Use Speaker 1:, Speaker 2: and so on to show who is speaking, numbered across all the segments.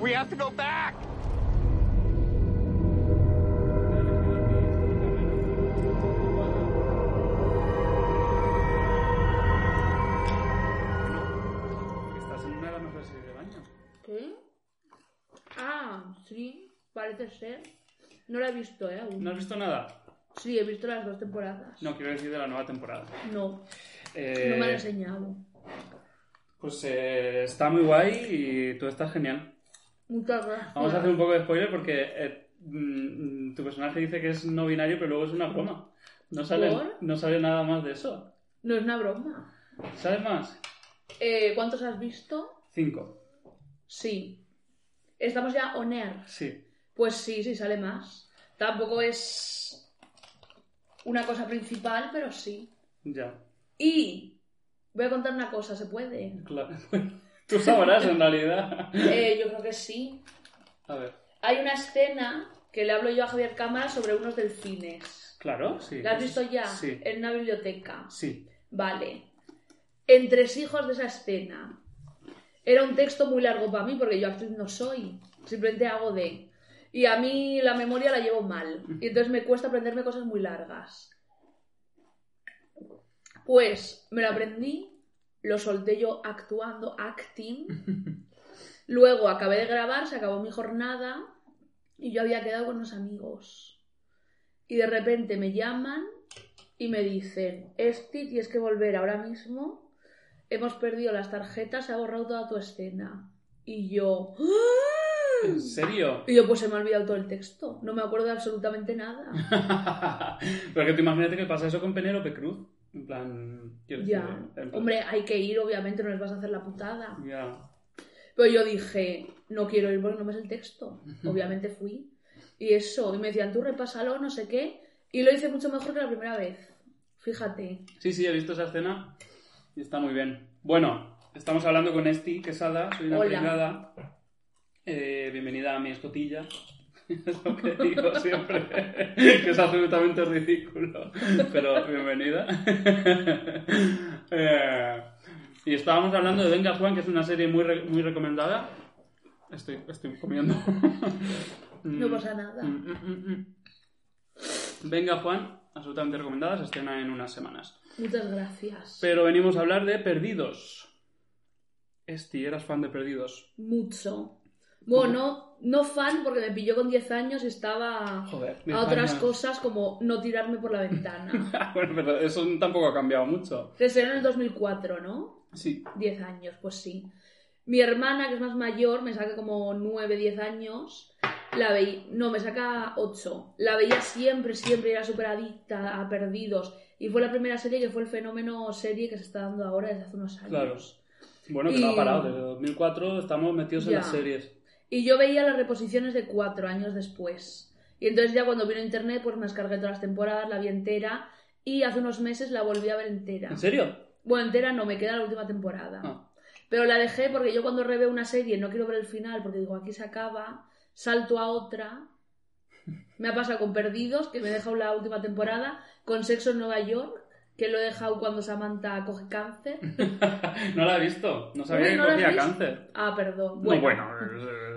Speaker 1: We have to go back.
Speaker 2: Estás en una de las mejores series del año.
Speaker 3: ¿Qué? Ah, sí, parece ser. No la he visto, ¿eh? Aún.
Speaker 2: ¿No has visto nada?
Speaker 3: Sí, he visto las dos temporadas.
Speaker 2: No, quiero decir de la nueva temporada.
Speaker 3: No,
Speaker 2: Eh,
Speaker 3: no me la he enseñado.
Speaker 2: pues eh, está muy guay y tú estás genial.
Speaker 3: Muchas gracias.
Speaker 2: Vamos a hacer un poco de spoiler porque eh, mm, mm, tu personaje dice que es no binario, pero luego es una broma. No sale,
Speaker 3: ¿Por?
Speaker 2: no sale nada más de eso.
Speaker 3: No es una broma.
Speaker 2: ¿Sale más?
Speaker 3: Eh, ¿Cuántos has visto?
Speaker 2: Cinco.
Speaker 3: Sí. Estamos ya on air.
Speaker 2: Sí.
Speaker 3: Pues sí, sí sale más. Tampoco es una cosa principal, pero sí.
Speaker 2: Ya.
Speaker 3: Y voy a contar una cosa, ¿se puede?
Speaker 2: Claro. Tú sabrás en realidad.
Speaker 3: Eh, yo creo que sí.
Speaker 2: A ver.
Speaker 3: Hay una escena que le hablo yo a Javier Cámara sobre unos delfines.
Speaker 2: Claro, sí.
Speaker 3: ¿La has visto ya?
Speaker 2: Sí.
Speaker 3: En una biblioteca.
Speaker 2: Sí.
Speaker 3: Vale. Entresijos de esa escena. Era un texto muy largo para mí porque yo actriz no soy. Simplemente hago de. Y a mí la memoria la llevo mal. Y entonces me cuesta aprenderme cosas muy largas. Pues me lo aprendí, lo solté yo actuando, acting. Luego acabé de grabar, se acabó mi jornada y yo había quedado con unos amigos. Y de repente me llaman y me dicen, Esti, tienes que volver ahora mismo, hemos perdido las tarjetas, se ha borrado toda tu escena. Y yo... "¡Ah!".
Speaker 2: ¿En serio?
Speaker 3: Y yo pues se me ha olvidado todo el texto, no me acuerdo de absolutamente nada.
Speaker 2: Pero que tú imagínate que pasa eso con Penélope Cruz. En plan. quiero decir,
Speaker 3: ya.
Speaker 2: en plan-
Speaker 3: Hombre, hay que ir, obviamente, no les vas a hacer la putada.
Speaker 2: Ya.
Speaker 3: Pero yo dije, no quiero ir porque no me es el texto. Obviamente fui. Y eso, y me decían, tú repásalo, no sé qué. Y lo hice mucho mejor que la primera vez. Fíjate.
Speaker 2: Sí, sí, he visto esa escena y está muy bien. Bueno, estamos hablando con Esti Quesada, soy una
Speaker 3: Hola.
Speaker 2: pringada. Eh, bienvenida a mi escotilla. Es lo que digo siempre, que es absolutamente ridículo, pero bienvenida. Eh, y estábamos hablando de Venga Juan, que es una serie muy, re- muy recomendada. Estoy, estoy comiendo.
Speaker 3: No
Speaker 2: Mm.
Speaker 3: pasa nada.
Speaker 2: Mm, mm, mm, mm. Venga, Juan, absolutamente recomendada, se estrena en unas semanas.
Speaker 3: Muchas gracias.
Speaker 2: Pero venimos a hablar de Perdidos. Esti, eras fan de Perdidos.
Speaker 3: Mucho. Bueno, no, no fan porque me pilló con 10 años y estaba
Speaker 2: Joder,
Speaker 3: a
Speaker 2: 10
Speaker 3: otras
Speaker 2: años.
Speaker 3: cosas como no tirarme por la ventana.
Speaker 2: bueno, pero eso tampoco ha cambiado mucho.
Speaker 3: Se estrenó en el 2004, ¿no?
Speaker 2: Sí.
Speaker 3: 10 años, pues sí. Mi hermana, que es más mayor, me saca como 9, 10 años. La veía, no, me saca 8. La veía siempre, siempre, era súper adicta a Perdidos. Y fue la primera serie que fue el fenómeno serie que se está dando ahora desde hace unos años.
Speaker 2: Claro. Bueno, que no
Speaker 3: Y-
Speaker 2: ha parado. Desde 2004 estamos metidos en
Speaker 3: Ya.
Speaker 2: las series.
Speaker 3: Y yo veía las reposiciones de cuatro años después. Y entonces ya cuando vino internet, pues me descargué todas las temporadas, la vi entera. Y hace unos meses la volví a ver entera.
Speaker 2: ¿En serio?
Speaker 3: Bueno, entera no, me queda la última temporada.
Speaker 2: Ah.
Speaker 3: Pero la dejé porque yo cuando reveo una serie no quiero ver el final porque digo, aquí se acaba, salto a otra. Me ha pasado con Perdidos, que me he dejado la última temporada, con Sexo en Nueva York, que lo he dejado cuando Samantha coge cáncer.
Speaker 2: Mm. no la he visto. No sabía
Speaker 3: Uy,
Speaker 2: que
Speaker 3: Pues ¿no la has
Speaker 2: cogía
Speaker 3: visto?
Speaker 2: cáncer.
Speaker 3: Ah, perdón.
Speaker 2: No,
Speaker 3: Bueno,
Speaker 2: bueno.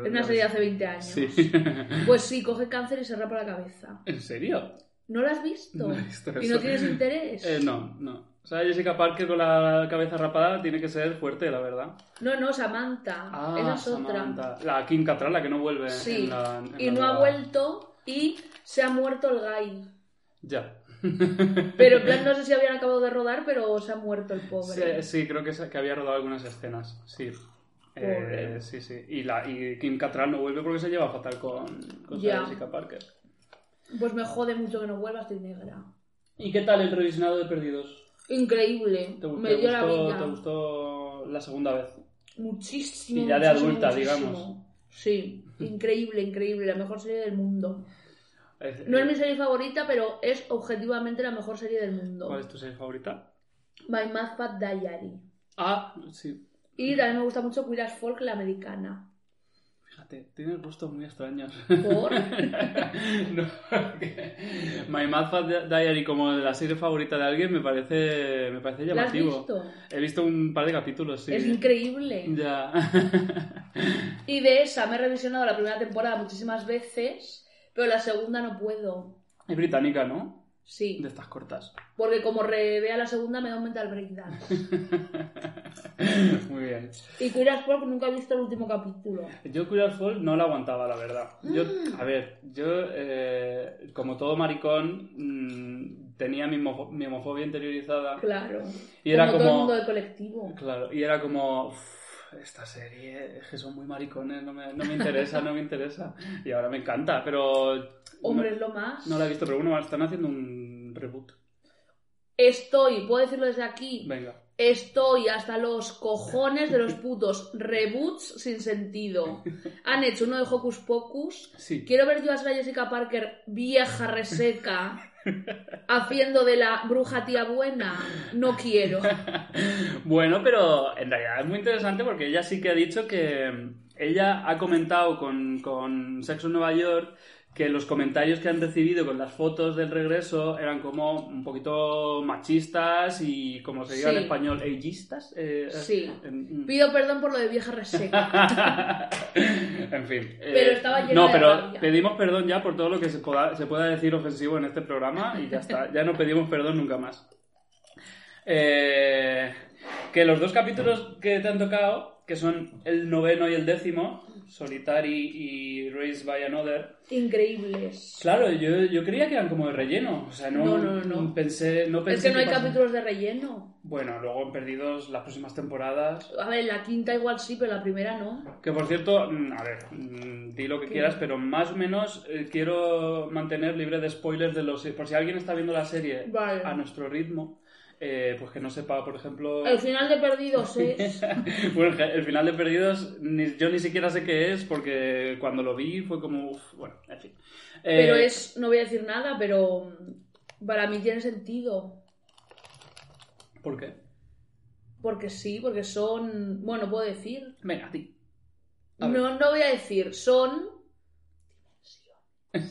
Speaker 3: es una serie de hace 20 años.
Speaker 2: Sí.
Speaker 3: Pues sí, coge cáncer y se rapa la cabeza.
Speaker 2: ¿En serio?
Speaker 3: ¿No lo has visto?
Speaker 2: No he visto
Speaker 3: ¿Y
Speaker 2: eso.
Speaker 3: no tienes interés?
Speaker 2: Eh, no, no. O sea, Jessica Parker con la cabeza rapada tiene que ser fuerte, la verdad.
Speaker 3: No, no, Samantha.
Speaker 2: Ah,
Speaker 3: Esa es otra.
Speaker 2: Samantha. La Kim Cattrall, la que no vuelve.
Speaker 3: Sí.
Speaker 2: en la- en
Speaker 3: y
Speaker 2: la
Speaker 3: no ha
Speaker 2: nueva-
Speaker 3: vuelto y se ha muerto el gay.
Speaker 2: Ya.
Speaker 3: Pero en plan, no sé si habían acabado de rodar, pero se ha muerto el pobre.
Speaker 2: Sí, sí, creo que, se- que había rodado algunas escenas. Sí. Eh,
Speaker 3: Pobre.
Speaker 2: sí, sí. Y, la, y Kim Cattrall no vuelve porque se lleva fatal con, con
Speaker 3: Ya.
Speaker 2: Jessica Parker.
Speaker 3: Pues me jode mucho que no vuelva, estoy negra.
Speaker 2: ¿Y qué tal el revisionado de Perdidos?
Speaker 3: Increíble.
Speaker 2: ¿Te, gu-
Speaker 3: me
Speaker 2: te
Speaker 3: dio la
Speaker 2: gustó,
Speaker 3: vida.
Speaker 2: te gustó la segunda vez?
Speaker 3: Muchísimo.
Speaker 2: Y ya de
Speaker 3: muchísimo,
Speaker 2: adulta,
Speaker 3: muchísimo.
Speaker 2: digamos.
Speaker 3: Sí, increíble, increíble. La mejor serie del mundo.
Speaker 2: Eh,
Speaker 3: No es
Speaker 2: eh,
Speaker 3: mi serie favorita, pero es objetivamente la mejor serie del mundo.
Speaker 2: ¿Cuál es tu serie favorita?
Speaker 3: My Mad Fat Diary.
Speaker 2: Ah, sí.
Speaker 3: Y también me gusta mucho Queer as Folk, la americana.
Speaker 2: Fíjate, tienes gustos muy extraños.
Speaker 3: ¿Por?
Speaker 2: No, que My Mad Fat Diary como la serie favorita de alguien me parece, me parece
Speaker 3: ¿La has
Speaker 2: llamativo.
Speaker 3: visto?
Speaker 2: He visto un par de capítulos, sí.
Speaker 3: Es increíble.
Speaker 2: Ya.
Speaker 3: Y de esa me he revisionado la primera temporada muchísimas veces, pero la segunda no puedo.
Speaker 2: es británica, ¿no?
Speaker 3: Sí,
Speaker 2: De estas cortas.
Speaker 3: porque como revea la segunda me da un mental breakdown.
Speaker 2: Muy bien.
Speaker 3: Y Queer porque nunca he visto el último capítulo.
Speaker 2: Yo Queer Fall no la aguantaba, la verdad. Yo, a ver, yo, eh, como todo maricón, mm, tenía mi, mofo- mi homofobia interiorizada.
Speaker 3: Claro.
Speaker 2: Y era
Speaker 3: todo el
Speaker 2: como-
Speaker 3: mundo de colectivo.
Speaker 2: Claro, y era como, "Uf, esta serie es que son muy maricones, no me, no me interesa, no me interesa. Y ahora me encanta, pero
Speaker 3: Hombre,
Speaker 2: no,
Speaker 3: es lo más.
Speaker 2: no la he visto, pero bueno, están haciendo un reboot.
Speaker 3: Estoy, puedo decirlo desde aquí,
Speaker 2: Venga.
Speaker 3: Estoy hasta los cojones de los putos reboots sin sentido. Han hecho uno de Hocus Pocus.
Speaker 2: Sí.
Speaker 3: Quiero ver yo a esa Jessica Parker vieja reseca haciendo de la bruja tía buena. No quiero.
Speaker 2: Bueno, pero en realidad es muy interesante porque ella sí que ha dicho que mm, ella ha comentado con, con Sexo en Nueva York que los comentarios que han recibido con las fotos del regreso eran como un poquito machistas y como se diga
Speaker 3: Sí.
Speaker 2: en español, ageistas. eh,
Speaker 3: Sí.
Speaker 2: en-
Speaker 3: Pido perdón por lo de vieja reseca.
Speaker 2: en fin.
Speaker 3: Pero estaba llena
Speaker 2: No,
Speaker 3: de
Speaker 2: pero
Speaker 3: rabia.
Speaker 2: pedimos perdón ya por todo lo que se pueda, se pueda decir ofensivo en este programa y ya está. Ya no pedimos perdón nunca más. Eh, que los dos capítulos que te han tocado, que son el noveno y el décimo, Solitary y Raised by Another,
Speaker 3: Increíbles.
Speaker 2: claro, yo, yo creía que eran como de relleno. O sea, no,
Speaker 3: No, no, no.
Speaker 2: pensé. No
Speaker 3: Es
Speaker 2: pensé
Speaker 3: que no hay
Speaker 2: pas-
Speaker 3: capítulos de relleno.
Speaker 2: Bueno, luego en Perdidos, las próximas temporadas.
Speaker 3: A ver, la quinta igual sí, pero la primera no.
Speaker 2: Que por cierto, mm, a ver, mm, di lo que quieras, pero más o menos eh, quiero mantener libre de spoilers de los. Por si alguien está viendo la serie
Speaker 3: Vale.
Speaker 2: a nuestro ritmo, eh, pues que no sepa, por ejemplo.
Speaker 3: El final de Perdidos es...
Speaker 2: bueno, que el final de Perdidos, ni- yo ni siquiera sé qué es, porque cuando lo vi fue como. uf, bueno, en fin. Eh,
Speaker 3: Pero es... No voy a decir nada, pero... mm, Para mí tiene sentido.
Speaker 2: ¿Por qué?
Speaker 3: Porque sí, porque son. Bueno, puedo decir.
Speaker 2: Venga, ti. A ver.
Speaker 3: No, no voy a decir. Son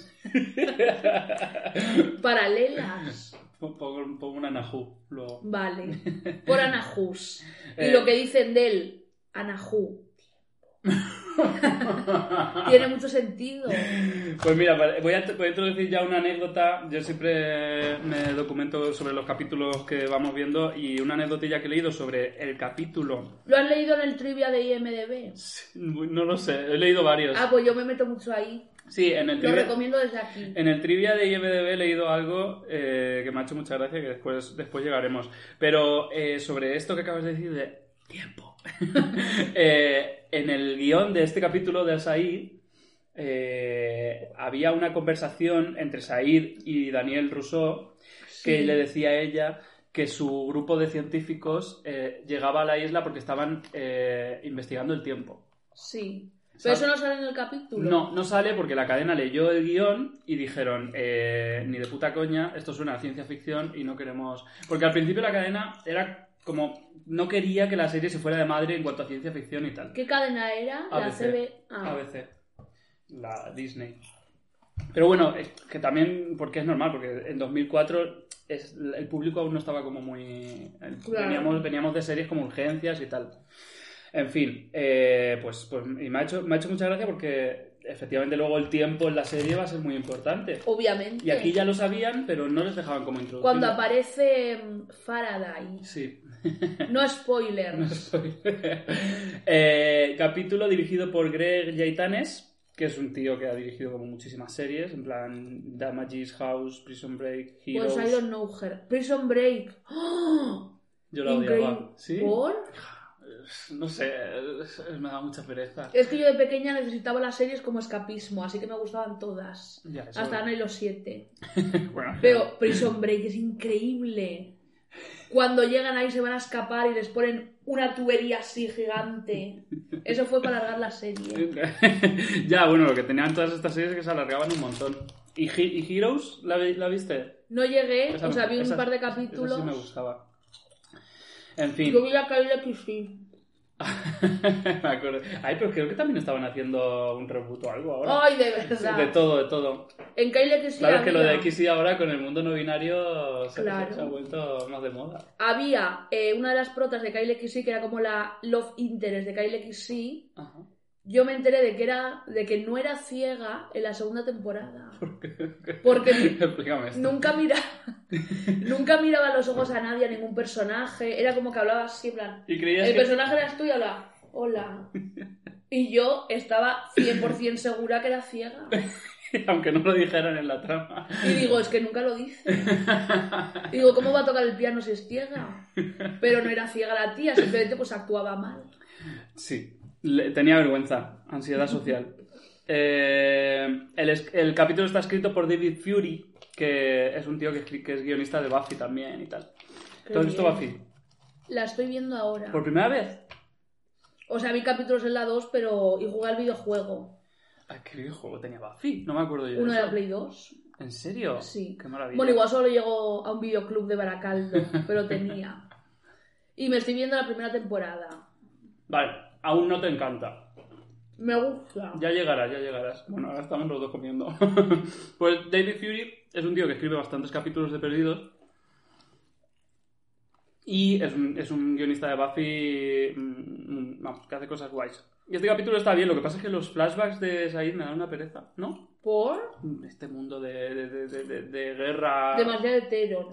Speaker 3: paralelas.
Speaker 2: Pongo pongo una Nahu luego.
Speaker 3: Vale. Por Anahus. Y
Speaker 2: Eh.
Speaker 3: lo que dicen de él, Anahu, tiene mucho sentido.
Speaker 2: Pues mira, vale, voy a, voy a introducir ya una anécdota. Yo siempre me documento sobre los capítulos que vamos viendo y una anécdotilla que he leído sobre el capítulo.
Speaker 3: ¿Lo han leído en el trivia de IMDB?
Speaker 2: Pues- No lo sé, he leído varios.
Speaker 3: Ah, pues yo me meto mucho ahí.
Speaker 2: Sí, en el
Speaker 3: Lo
Speaker 2: trivia,
Speaker 3: recomiendo desde aquí.
Speaker 2: en el trivia de IMDB he leído algo eh, que me ha hecho mucha gracia que después, después llegaremos. Pero eh, sobre esto que acabas de decir de tiempo. Eh, en el guión de este capítulo de Said eh, había una conversación entre Said y Daniel Rousseau que
Speaker 3: Sí.
Speaker 2: le decía a ella que su grupo de científicos eh, llegaba a la isla porque estaban eh, investigando el tiempo.
Speaker 3: Sí. Pero
Speaker 2: ¿Sabes?
Speaker 3: eso no sale en el capítulo.
Speaker 2: No, no sale porque la cadena leyó el guión y dijeron, eh, ni de puta coña, esto suena a ciencia ficción y no queremos... Porque al principio la cadena era como, no quería que la serie se fuera de madre en cuanto a ciencia ficción y tal.
Speaker 3: ¿Qué cadena era? La
Speaker 2: ABC.
Speaker 3: CB. Ah,
Speaker 2: ABC, la Disney. Pero bueno, es que también, porque es normal, porque en 2004 es, el público aún no estaba como muy...
Speaker 3: Claro.
Speaker 2: Veníamos, veníamos de series como Urgencias y tal. En fin, eh, pues, pues y me, ha hecho, me ha hecho mucha gracia porque efectivamente luego el tiempo en la serie va a ser muy importante.
Speaker 3: Obviamente.
Speaker 2: Y aquí ya lo sabían, pero no les dejaban como introducir.
Speaker 3: Cuando aparece mm, Faraday.
Speaker 2: Sí.
Speaker 3: No spoiler.
Speaker 2: Eh, capítulo dirigido por Greg Yaitanes, que es un tío que ha dirigido como muchísimas series, en plan Damages, House, Prison Break, Heroes.
Speaker 3: Pues I don't know her. Prison Break. ¡Oh!
Speaker 2: Yo la
Speaker 3: Increíble.
Speaker 2: odiaba. ¿Sí?
Speaker 3: ¿Por?
Speaker 2: No sé, me da mucha pereza.
Speaker 3: Es que yo de pequeña necesitaba las series como escapismo, así que me gustaban todas.
Speaker 2: Ya, eso-
Speaker 3: Hasta Ana y los siete.
Speaker 2: Bueno,
Speaker 3: Pero Prison Break es increíble. Cuando llegan ahí se van a escapar y les ponen una tubería así gigante. Eso fue para alargar la serie.
Speaker 2: ya, bueno, lo que tenían todas estas series es que se alargaban un montón. ¿Y, He- y Heroes? ¿La, vi- la viste?
Speaker 3: No llegué,
Speaker 2: Esa-
Speaker 3: o sea, vi un
Speaker 2: esa-
Speaker 3: par de
Speaker 2: esa
Speaker 3: capítulos.
Speaker 2: sí me gustaba. En fin.
Speaker 3: Yo vi la caída que sí.
Speaker 2: Me acuerdo. Ay, pero creo que también estaban haciendo un reboot o algo ahora.
Speaker 3: Ay, de
Speaker 2: de
Speaker 3: verdad.
Speaker 2: todo, de todo.
Speaker 3: En Kyle XY
Speaker 2: Claro, es que lo de
Speaker 3: había-
Speaker 2: XY ahora con el mundo no binario se, se-
Speaker 3: Claro.
Speaker 2: se ha vuelto más de moda.
Speaker 3: Había eh, una de las protas de Kyle XY que era como la love interest de Kyle XY.
Speaker 2: Ajá.
Speaker 3: Yo me enteré de que era de que no era ciega en la segunda temporada.
Speaker 2: Explícame esto.
Speaker 3: Nunca miraba, nunca miraba a los ojos a nadie, a ningún personaje. Era como que hablaba así, en plan.
Speaker 2: ¿Y creías
Speaker 3: El
Speaker 2: que
Speaker 3: personaje eras tú y hablaba, hola. Y yo estaba 100% segura que era ciega.
Speaker 2: aunque no lo dijeran en la trama.
Speaker 3: Y digo, es que nunca lo dice. Y digo, ¿cómo va a tocar el piano si es ciega? Pero no era ciega la tía, simplemente pues actuaba mal.
Speaker 2: Sí, le- tenía vergüenza, ansiedad social. Eh, el, es- el capítulo está escrito por David Fury, que es un tío que, escri- que es guionista de Buffy también y tal.
Speaker 3: Qué
Speaker 2: ¿Tú has visto
Speaker 3: bien.
Speaker 2: Buffy?
Speaker 3: La estoy viendo ahora.
Speaker 2: ¿Por primera vez?
Speaker 3: O sea, vi capítulos en la 2, pero. Y jugué al videojuego.
Speaker 2: Ay, ¿Qué videojuego tenía Buffy? No me acuerdo yo. de
Speaker 3: Uno de
Speaker 2: eso.
Speaker 3: la Play 2.
Speaker 2: ¿En serio?
Speaker 3: Sí.
Speaker 2: Qué maravilla.
Speaker 3: Bueno, igual solo llegó a un videoclub de Baracaldo, pero tenía. Y me estoy viendo la primera temporada.
Speaker 2: Vale, aún no te encanta.
Speaker 3: Me gusta.
Speaker 2: Ya llegarás, ya llegarás. Bueno, ahora estamos los dos comiendo. pues David Fury es un tío que escribe bastantes capítulos de Perdidos. Y es un, es un guionista de Buffy mm, mm, vamos, que hace cosas guays. Y este capítulo está bien, lo que pasa es que los flashbacks de Said me dan una pereza, ¿no?
Speaker 3: Por
Speaker 2: Este mundo de, de- de- de- de- de guerra...
Speaker 3: demasiado hetero,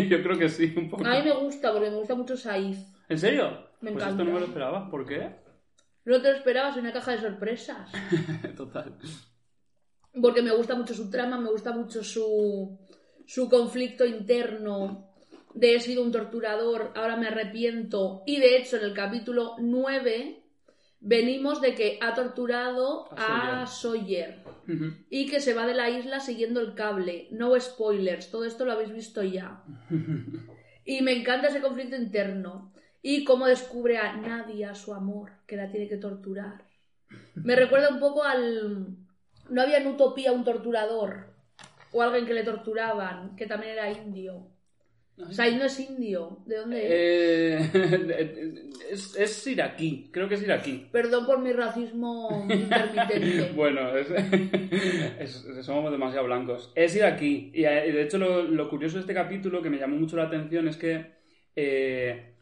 Speaker 2: Yo creo que sí, un poco.
Speaker 3: A mí me gusta, porque me gusta mucho Saiz.
Speaker 2: ¿En serio?
Speaker 3: Me
Speaker 2: pues
Speaker 3: encanta.
Speaker 2: esto no me lo esperaba. ¿Por qué?
Speaker 3: No te lo esperabas una caja de sorpresas.
Speaker 2: Total.
Speaker 3: Porque me gusta mucho su trama, me gusta mucho su, su conflicto interno de he sido un torturador, ahora me arrepiento. Y de hecho, en el capítulo 9 venimos de que ha torturado
Speaker 2: A
Speaker 3: a Sawyer y que se va de la isla siguiendo el cable. No spoilers, todo esto lo habéis visto ya. Y me encanta ese conflicto interno y cómo descubre a Nadia su amor, que la tiene que torturar. Me recuerda un poco al... No había en Utopía un torturador o alguien que le torturaban, que también era indio. Said no es indio, ¿de dónde es?
Speaker 2: Eh, es, es iraquí, creo que es iraquí.
Speaker 3: Perdón por mi racismo intermitente.
Speaker 2: Bueno, es- es- somos demasiado blancos. Es iraquí. Y eh, y de hecho, lo, lo curioso de este capítulo que me llamó mucho la atención es que eh,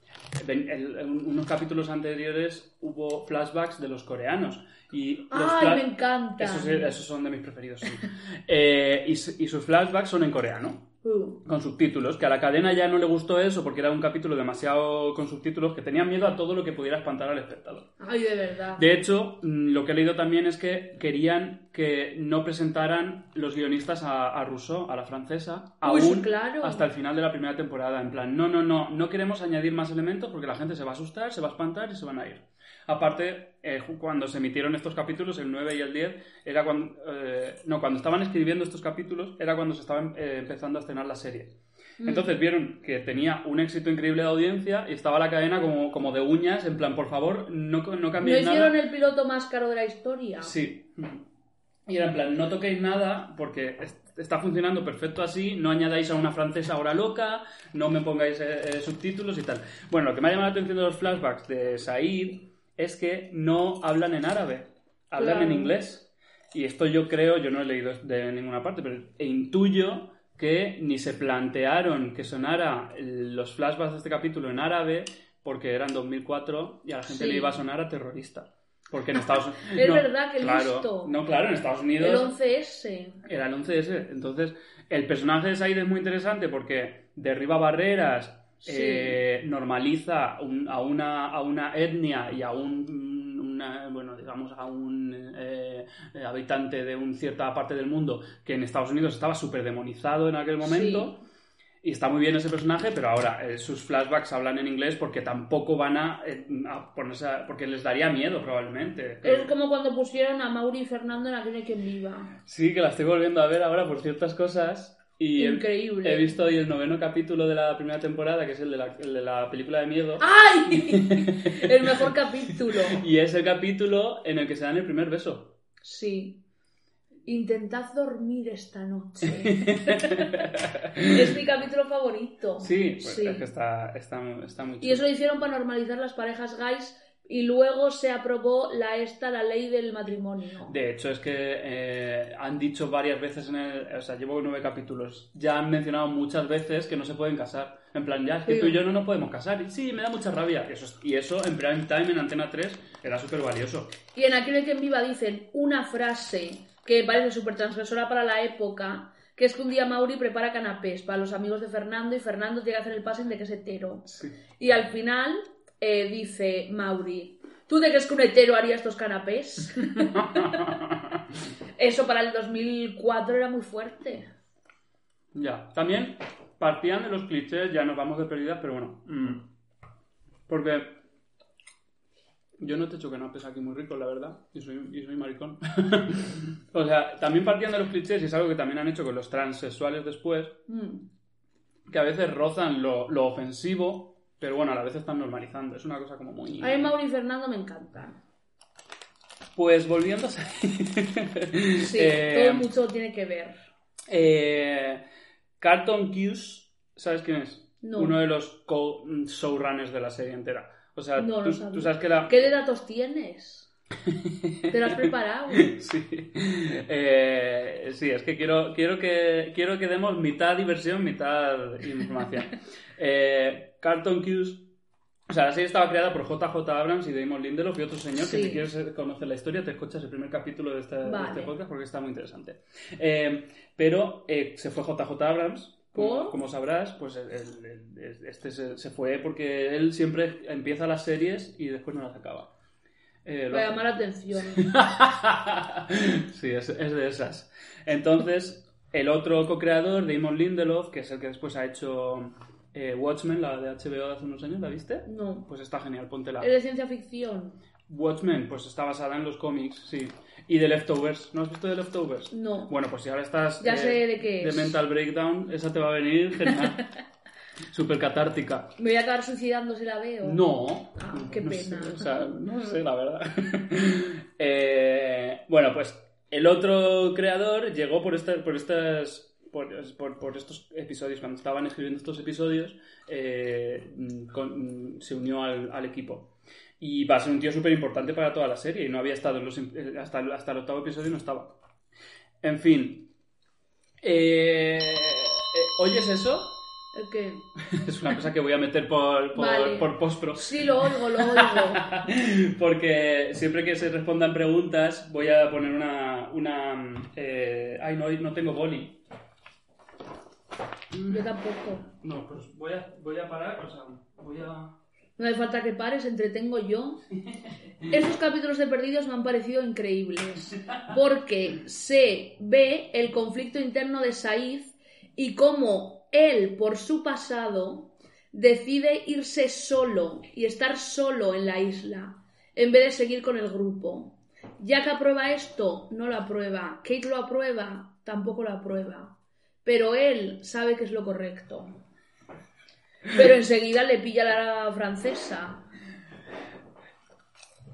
Speaker 2: ven- el- en unos capítulos anteriores hubo flashbacks de los coreanos. Y los
Speaker 3: ¡Ay,
Speaker 2: fla-
Speaker 3: me encanta!
Speaker 2: esos, esos son de mis preferidos, sí. Eh, y su- y sus flashbacks son en coreano
Speaker 3: Uh,
Speaker 2: con subtítulos, que a la cadena ya no le gustó eso porque era un capítulo demasiado con subtítulos que tenía miedo a todo lo que pudiera espantar al espectador.
Speaker 3: ¡Ay, de verdad!
Speaker 2: De hecho, mm, lo que he leído también es que querían que no presentaran los guionistas a, a Rousseau, a la francesa,
Speaker 3: Uy,
Speaker 2: aún
Speaker 3: sí, claro.
Speaker 2: hasta el final de la primera temporada. En plan, no, no, no, no queremos añadir más elementos porque la gente se va a asustar, se va a espantar y se van a ir. Aparte, eh, ju- cuando se emitieron estos capítulos, el 9 y el 10, era cuando... eh, no, cuando estaban escribiendo estos capítulos, era cuando se estaban eh, empezando a estrenar las series.
Speaker 3: Mm.
Speaker 2: Entonces vieron que tenía un éxito increíble de audiencia y estaba la cadena como, como de uñas, en plan, por favor, no, co- no
Speaker 3: ¿No
Speaker 2: cambiéis
Speaker 3: hicieron
Speaker 2: nada.
Speaker 3: el piloto más caro de la historia?
Speaker 2: Sí. Y era en plan, no toquéis nada porque es- está funcionando perfecto así, no añadáis a una francesa ahora loca, no me pongáis eh, eh, subtítulos y tal. Bueno, lo que me ha llamado la atención de los flashbacks de Said es que no hablan en árabe, hablan en
Speaker 3: Claro.
Speaker 2: inglés. Y esto yo creo, yo no he leído de ninguna parte, pero e intuyo que ni se plantearon que sonara los flashbacks de este capítulo en árabe porque eran 2004 y a la gente
Speaker 3: Sí.
Speaker 2: le iba a sonar a terrorista. Porque en Estados Unidos...
Speaker 3: Es verdad, qué
Speaker 2: claro,
Speaker 3: listo.
Speaker 2: No, claro, en Estados
Speaker 3: El
Speaker 2: Unidos
Speaker 3: 11S.
Speaker 2: era el 11S. Entonces, el personaje de Said es muy interesante porque derriba barreras,
Speaker 3: Sí.
Speaker 2: eh, normaliza un- a, una, a una etnia y a un, una- bueno, digamos, a un eh, eh, habitante de una cierta parte del mundo que en Estados Unidos estaba súper demonizado en aquel momento. Y está muy bien ese personaje, pero ahora eh, sus flashbacks hablan en inglés porque tampoco van a, eh, a ponerse a- porque les daría miedo probablemente.
Speaker 3: Es como cuando pusieron a Mauri y Fernando en Aquí no hay quien viva.
Speaker 2: Sí, que la estoy volviendo a ver ahora por ciertas cosas. Y he-
Speaker 3: Increíble.
Speaker 2: he visto hoy el noveno capítulo de la primera temporada, que es el de la, el de la película de miedo.
Speaker 3: Ah. ¡Ay! el mejor capítulo.
Speaker 2: Y es el capítulo en el que se dan el primer beso.
Speaker 3: Sí. Intentad dormir esta noche. es mi capítulo favorito.
Speaker 2: Sí, pues
Speaker 3: Sí.
Speaker 2: es que está, está, está muy
Speaker 3: Y
Speaker 2: chulo.
Speaker 3: eso lo hicieron para normalizar las parejas gays Y luego se aprobó la esta, la ley del matrimonio.
Speaker 2: De hecho, es que eh, han dicho varias veces en el. O sea, llevo nueve capítulos. Ya han mencionado muchas veces que no se pueden casar. En plan, ya, es que
Speaker 3: Sí.
Speaker 2: tú y yo no nos podemos casar. Y sí, me da mucha rabia. Eso es- y eso en prime time, en Antena 3, era súper valioso.
Speaker 3: Y en Aquel que en Viva dicen una frase que parece súper transgresora para la época, que es que un día Mauri prepara canapés para los amigos de Fernando y Fernando llega a hacer el passing de que es hetero. Y al final eh, dice Mauri, ¿tú de crees que un hetero haría estos canapés? Eso para el 2004 era muy fuerte.
Speaker 2: Ya. También partían de los clichés, ya nos vamos de pérdidas, pero bueno. mm. Porque. Yo no te he hecho canapés aquí muy rico, la verdad. Y soy, y soy maricón. o sea, también partían de los clichés, y es algo que también han hecho con los transexuales después,
Speaker 3: Mm.
Speaker 2: que a veces rozan lo, lo ofensivo, pero bueno, a la vez están normalizando. Es una cosa como muy.
Speaker 3: A mí Mauri y Fernando me encantan.
Speaker 2: Pues volviendo a.
Speaker 3: Sí, todo mucho tiene que ver.
Speaker 2: Eh, Carlton Cuse, ¿sabes quién es?
Speaker 3: No.
Speaker 2: Uno de los co- mm, showrunners de la serie entera. O sea,
Speaker 3: No lo
Speaker 2: tú,
Speaker 3: sabía.
Speaker 2: tú sabes que la...
Speaker 3: ¿Qué de datos tienes? ¿Te lo has preparado?
Speaker 2: Sí. Eh, sí, es que quiero, quiero que quiero que demos mitad diversión, mitad información. Eh, Carlton Cuse... O sea, la serie estaba creada por JJ Abrams y Damon Lindelof y otro señor que
Speaker 3: Sí.
Speaker 2: si quieres conocer la historia te escuchas el primer capítulo de, esta- de
Speaker 3: Vale.
Speaker 2: este podcast porque está muy interesante. Eh, pero eh, se fue JJ Abrams. Como,
Speaker 3: ¿Por?
Speaker 2: como sabrás, pues el- el- el- este se, se fue porque él siempre empieza las series y después no las acaba. Eh, lo
Speaker 3: Para
Speaker 2: hace-
Speaker 3: llamar la atención.
Speaker 2: sí, es, es de esas. Entonces, el otro co-creador, Damon Lindelof, que es el que después ha hecho eh, Watchmen, la de HBO de hace unos años, ¿la viste?
Speaker 3: No.
Speaker 2: Pues está genial, póntela.
Speaker 3: Es de ciencia ficción.
Speaker 2: Watchmen, pues está basada en los cómics, sí. Y The Leftovers, ¿no has visto The Leftovers?
Speaker 3: No.
Speaker 2: Bueno, pues si ahora estás...
Speaker 3: Ya
Speaker 2: eh,
Speaker 3: sé de qué
Speaker 2: de
Speaker 3: es.
Speaker 2: Mental Breakdown, esa te va a venir genial. Súper catártica.
Speaker 3: Me voy a acabar suicidando si la veo.
Speaker 2: No.
Speaker 3: Ah, qué
Speaker 2: no
Speaker 3: pena.
Speaker 2: sé, o sea, no sé, la verdad. Eh, bueno, pues el otro creador llegó por, esta- por estas... Por, por- por estos episodios, cuando estaban escribiendo estos episodios, eh, mm, con- mm, se unió al, al equipo. Y va a ser un tío súper importante para toda la serie. Y no había estado en los, em- eh, hasta, el- hasta el octavo episodio, no estaba. En fin. Eh, eh, ¿Oyes eso?
Speaker 3: ¿El qué?
Speaker 2: Es una cosa que voy a meter por, por,
Speaker 3: Vale.
Speaker 2: por postpro.
Speaker 3: Sí, lo oigo, lo oigo.
Speaker 2: Porque siempre que se respondan preguntas, voy a poner una. una eh, ay, no, no tengo boli.
Speaker 3: Yo tampoco.
Speaker 2: No, pues voy a, voy a parar, o sea, voy a.
Speaker 3: No hace falta que pares, entretengo yo. Estos capítulos de Perdidos me han parecido increíbles. Porque se ve el conflicto interno de Said y cómo él, por su pasado, decide irse solo y estar solo en la isla en vez de seguir con el grupo. Ya que aprueba esto, no lo aprueba. Kate lo aprueba, tampoco lo aprueba. Pero él sabe que es lo correcto. Pero enseguida le pilla la francesa.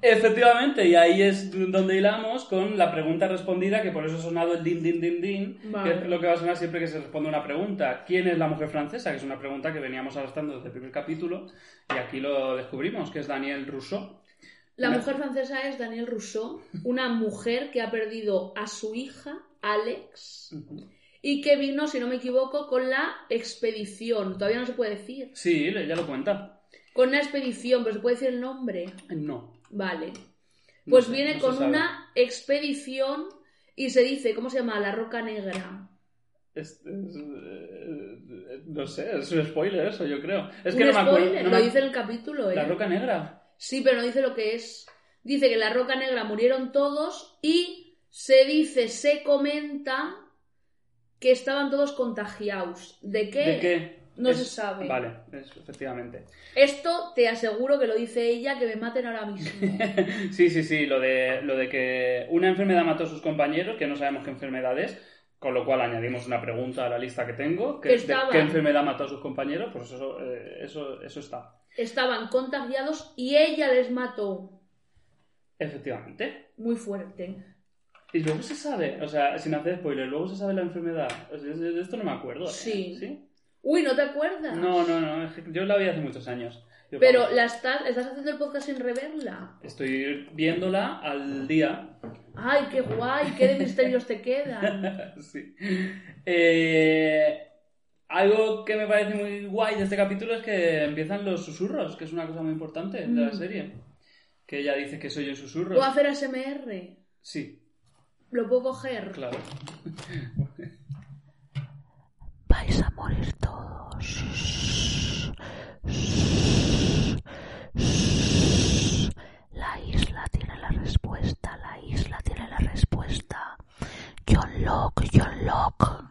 Speaker 2: Efectivamente, y ahí es donde hilamos con la pregunta respondida, que por eso ha sonado el din, din, din, din,
Speaker 3: Vale.
Speaker 2: que es lo que va a sonar siempre que se responde una pregunta. ¿Quién es la mujer francesa? Que es una pregunta que veníamos arrastrando desde el primer capítulo, y aquí lo descubrimos, que es Daniel Rousseau.
Speaker 3: La
Speaker 2: Me-
Speaker 3: mujer francesa es Daniel Rousseau, una mujer que ha perdido a su hija, Alex, y que vino, si no me equivoco, con la expedición. Todavía no se puede decir.
Speaker 2: Sí, ella lo cuenta.
Speaker 3: Con una expedición, pero se puede decir el nombre.
Speaker 2: No,
Speaker 3: Vale. Pues
Speaker 2: sé,
Speaker 3: viene
Speaker 2: no se
Speaker 3: con
Speaker 2: sabe.
Speaker 3: una expedición y se dice, ¿cómo se llama? La Roca Negra.
Speaker 2: Es- es, eh, no sé, es un spoiler eso, yo creo. Es que
Speaker 3: Un
Speaker 2: no me acuerdo.
Speaker 3: spoiler,
Speaker 2: no me-
Speaker 3: lo dice en el capítulo, ¿eh?
Speaker 2: La Roca Negra.
Speaker 3: Sí, pero no dice lo que es. Dice que en la Roca Negra murieron todos y se dice, se comenta que estaban todos contagiados. ¿De qué?
Speaker 2: ¿De qué?
Speaker 3: No
Speaker 2: Es-
Speaker 3: se sabe.
Speaker 2: Vale, es- efectivamente.
Speaker 3: Esto te aseguro que lo dice ella, que me maten ahora mismo.
Speaker 2: Sí, sí, sí, lo de, lo de que una enfermedad mató a sus compañeros, que no sabemos qué enfermedad es, con lo cual añadimos una pregunta a la lista que tengo, que
Speaker 3: Que
Speaker 2: es de
Speaker 3: estaba.
Speaker 2: qué enfermedad mató a sus compañeros, pues eso, eh, eso, eso está.
Speaker 3: estaban contagiados y ella les mató.
Speaker 2: Efectivamente.
Speaker 3: Muy fuerte.
Speaker 2: Y luego se sabe, o sea, sin hacer spoiler, luego se sabe la enfermedad. O sea, de esto no me acuerdo. ¿eh?
Speaker 3: Sí.
Speaker 2: ¿Sí?
Speaker 3: Uy, ¿no te acuerdas?
Speaker 2: No, no, no, es que yo la vi hace muchos años. Yo,
Speaker 3: Pero
Speaker 2: vamos,
Speaker 3: la estás, estás haciendo el podcast sin reverla.
Speaker 2: Estoy viéndola al día.
Speaker 3: Ay, qué guay, qué de misterios te quedan.
Speaker 2: Sí. Eh, algo que me parece muy guay de este capítulo es que empiezan los susurros, que es una cosa muy importante de la
Speaker 3: Mm.
Speaker 2: serie. Que ella dice que soy un susurro.
Speaker 3: Puedo hacer ASMR.
Speaker 2: Sí,
Speaker 3: Lo puedo coger.
Speaker 2: claro.
Speaker 1: Vais a morir todos. La isla tiene la respuesta, la isla tiene la respuesta. John Locke, John Locke.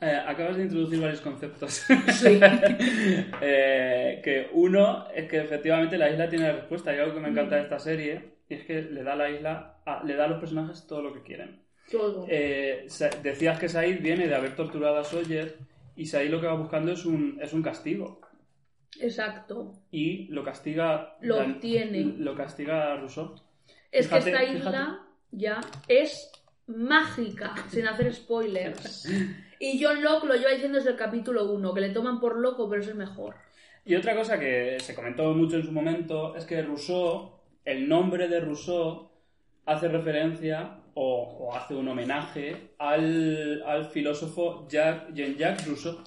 Speaker 2: Eh, acabas de introducir varios conceptos.
Speaker 3: Sí.
Speaker 2: Eh, que uno es que efectivamente la isla tiene la respuesta. Y algo que me encanta de esta serie y es que le da a la isla, a- le da a los personajes todo lo que quieren.
Speaker 3: Todo.
Speaker 2: Eh, Sa- decías que Said viene de haber torturado a Sawyer y Said lo que va buscando es un, es un castigo.
Speaker 3: Exacto.
Speaker 2: Y lo castiga.
Speaker 3: Lo
Speaker 2: Dan-
Speaker 3: obtiene.
Speaker 2: Lo castiga a Rousseau.
Speaker 3: Es que
Speaker 2: Fíjate,
Speaker 3: esta
Speaker 2: fíjate.
Speaker 3: isla ya es mágica, sin hacer spoilers. Y John Locke lo lleva diciendo desde el capítulo 1, que le toman por loco, pero es el mejor.
Speaker 2: Y otra cosa que se comentó mucho en su momento es que Rousseau, el nombre de Rousseau, hace referencia o, o hace un homenaje al, al filósofo Jacques- Jean-Jacques Rousseau.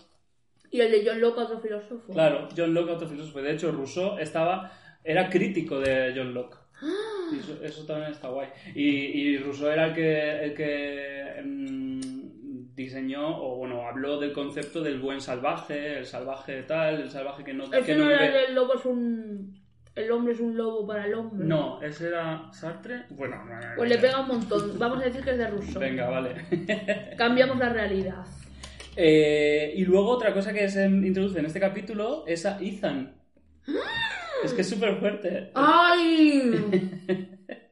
Speaker 3: Y el de John Locke, otro filósofo.
Speaker 2: Claro, John Locke, otro filósofo. De hecho, Rousseau estaba, era crítico de John Locke.
Speaker 3: ¡Ah!
Speaker 2: Y eso, eso también está guay. Y, y Rousseau era el que, el que mm, diseñó o bueno, habló del concepto del buen salvaje, el salvaje tal, el salvaje que no...
Speaker 3: Es que
Speaker 2: que
Speaker 3: Este no
Speaker 2: no
Speaker 3: era
Speaker 2: bebe-
Speaker 3: el del lobo es un... El hombre es un lobo para el hombre.
Speaker 2: No, ese era Sartre. Bueno, no, no, no,
Speaker 3: Pues le
Speaker 2: no.
Speaker 3: pega un montón. Vamos a decir que es de Rousseau.
Speaker 2: Venga, vale.
Speaker 3: Cambiamos la realidad.
Speaker 2: Eh, y luego otra cosa que se introduce en este capítulo es a Ethan.
Speaker 3: ¡Ah!
Speaker 2: Es que es súper fuerte.
Speaker 3: ¡Ay!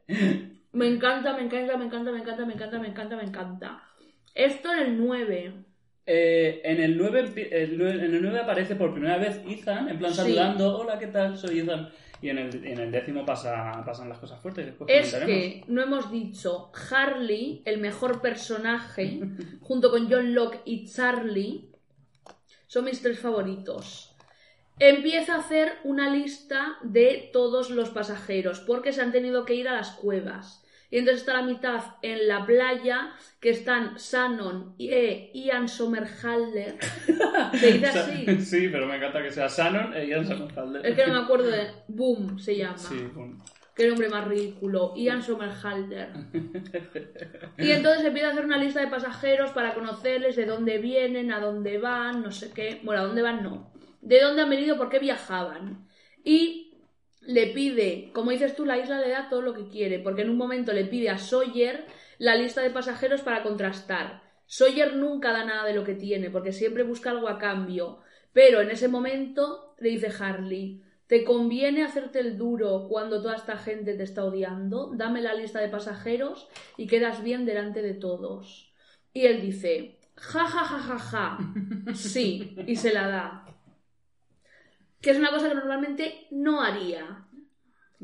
Speaker 3: Me encanta, me encanta, me encanta, me encanta, me encanta, me encanta, me encanta. Esto en el 9.
Speaker 2: Eh, en, el 9, empi- el nue- en el 9 aparece por primera vez Ethan, en plan
Speaker 3: Sí.
Speaker 2: saludando, hola, ¿qué tal? Soy Ethan. Y en el, en el décimo pasa, pasan las cosas fuertes, después
Speaker 3: Es
Speaker 2: comentaremos.
Speaker 3: que no hemos dicho Harley, el mejor personaje, junto con John Locke y Charlie, son mis tres favoritos. Empieza a hacer una lista de todos los pasajeros, porque se han tenido que ir a las cuevas. Y entonces está la mitad en la playa, que están Shannon y e Ian Somerhalder. Se dice
Speaker 2: Sa-
Speaker 3: así.
Speaker 2: sí, pero me encanta que sea Shannon e Ian Somerhalder.
Speaker 3: Es que no me acuerdo de. Boom se llama.
Speaker 2: Sí, bueno.
Speaker 3: Qué nombre más ridículo. Ian Somerhalder. Y entonces empieza a hacer una lista de pasajeros para conocerles de dónde vienen, a dónde van, no sé qué. Bueno, a dónde van no. De dónde han venido, por qué viajaban. Y le pide, como dices tú, la isla le da todo lo que quiere, porque en un momento le pide a Sawyer la lista de pasajeros para contrastar. Sawyer nunca da nada de lo que tiene, porque siempre busca algo a cambio. Pero en ese momento le dice Harley, ¿te conviene hacerte el duro cuando toda esta gente te está odiando? Dame la lista de pasajeros y quedas bien delante de todos. Y él dice, ja, ja, ja, ja, ja, sí, y se la da. Que es una cosa que normalmente no haría.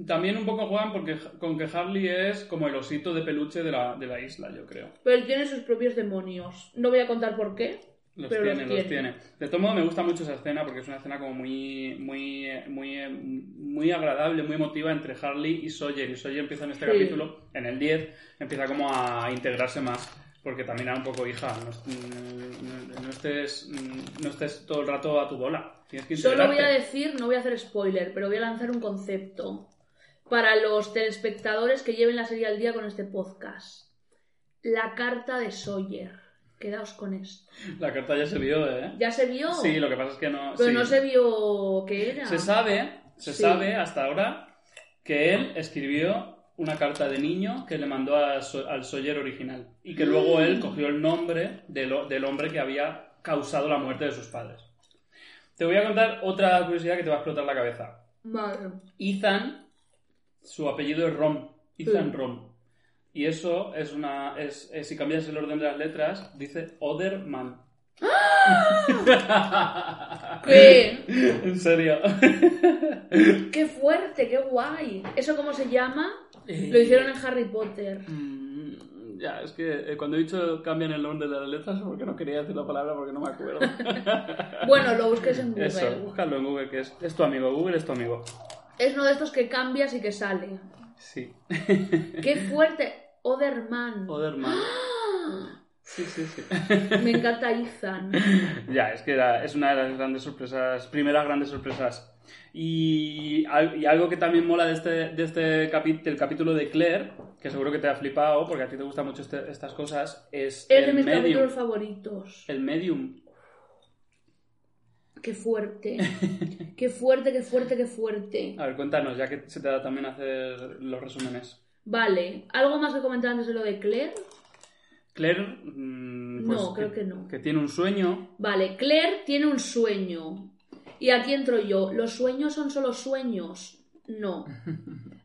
Speaker 2: También un poco juegan porque, con que Harley es como el osito de peluche de la, de la isla, yo creo.
Speaker 3: Pero él tiene sus propios demonios. No voy a contar por qué.
Speaker 2: Los
Speaker 3: Pero
Speaker 2: tiene,
Speaker 3: los
Speaker 2: los
Speaker 3: tiene.
Speaker 2: tiene. De todo modo, me gusta mucho esa escena porque es una escena como muy, muy, eh, muy, eh, muy agradable, muy emotiva entre Harley y Sawyer. Y Sawyer empieza en este
Speaker 3: Sí.
Speaker 2: capítulo, en el 10, empieza como a integrarse más. Porque también era un poco hija, no, es- mm, no- no- no estés, mm, no estés todo el rato a tu bola. Tienes que
Speaker 3: Solo voy a
Speaker 2: integrarte.
Speaker 3: decir, no voy a hacer spoiler, pero voy a lanzar un concepto para los telespectadores que lleven la serie al día con este podcast. La carta de Sawyer. Quedaos con esto.
Speaker 2: La carta ya se vio, ¿eh?
Speaker 3: ¿Ya se vio?
Speaker 2: Sí, lo que pasa es que no.
Speaker 3: Pero
Speaker 2: sí.
Speaker 3: no se vio qué era.
Speaker 2: Se sabe, se
Speaker 3: Sí.
Speaker 2: sabe hasta ahora que él escribió una carta de niño que le mandó a So- al Sawyer original y que luego
Speaker 3: Mm.
Speaker 2: él cogió el nombre del, ho- del hombre que había causado la muerte de sus padres. Te voy a contar otra curiosidad que te va a explotar la cabeza.
Speaker 3: Vale.
Speaker 2: Ethan, su apellido es Rom, Ethan
Speaker 3: Sí.
Speaker 2: Rom. Y eso es una... Es, es- si cambias el orden de las letras, dice Otherman. Ah.
Speaker 3: ¡Ah! ¿Qué?
Speaker 2: en serio.
Speaker 3: ¡Qué fuerte! ¡Qué guay! ¿Eso cómo se llama? Lo hicieron en Harry Potter.
Speaker 2: Eh, Mm, Ya, es que eh, cuando he dicho cambian el nombre de las letras es porque no quería decir la palabra porque no me acuerdo.
Speaker 3: Bueno, lo busques en Google.
Speaker 2: Eso, búscalo en Google, que es, es tu amigo. Google es tu amigo.
Speaker 3: Es uno de estos que cambias y que sale.
Speaker 2: Sí.
Speaker 3: ¡Qué fuerte! Oderman.
Speaker 2: Oderman. Sí, sí, sí.
Speaker 3: Me encanta Ethan.
Speaker 2: ya, es que era- es una de las grandes sorpresas, primeras grandes sorpresas. Y, al- y algo que también mola de este, de este capi- del capítulo de Claire, que seguro que te ha flipado, porque a ti te gustan mucho este- estas cosas, es,
Speaker 3: Es de
Speaker 2: el
Speaker 3: mis
Speaker 2: medium.
Speaker 3: capítulos favoritos.
Speaker 2: El medium.
Speaker 3: Qué fuerte. Qué fuerte, qué fuerte, qué fuerte.
Speaker 2: A ver, cuéntanos, ya que se te da también hacer los resúmenes.
Speaker 3: Vale, ¿algo más que comentar antes de lo de Claire?
Speaker 2: Claire, mm,
Speaker 3: No,
Speaker 2: pues
Speaker 3: creo que no.
Speaker 2: Que tiene un sueño.
Speaker 3: Vale, Claire tiene un sueño. Y aquí entro yo. ¿Los sueños son solo sueños? No.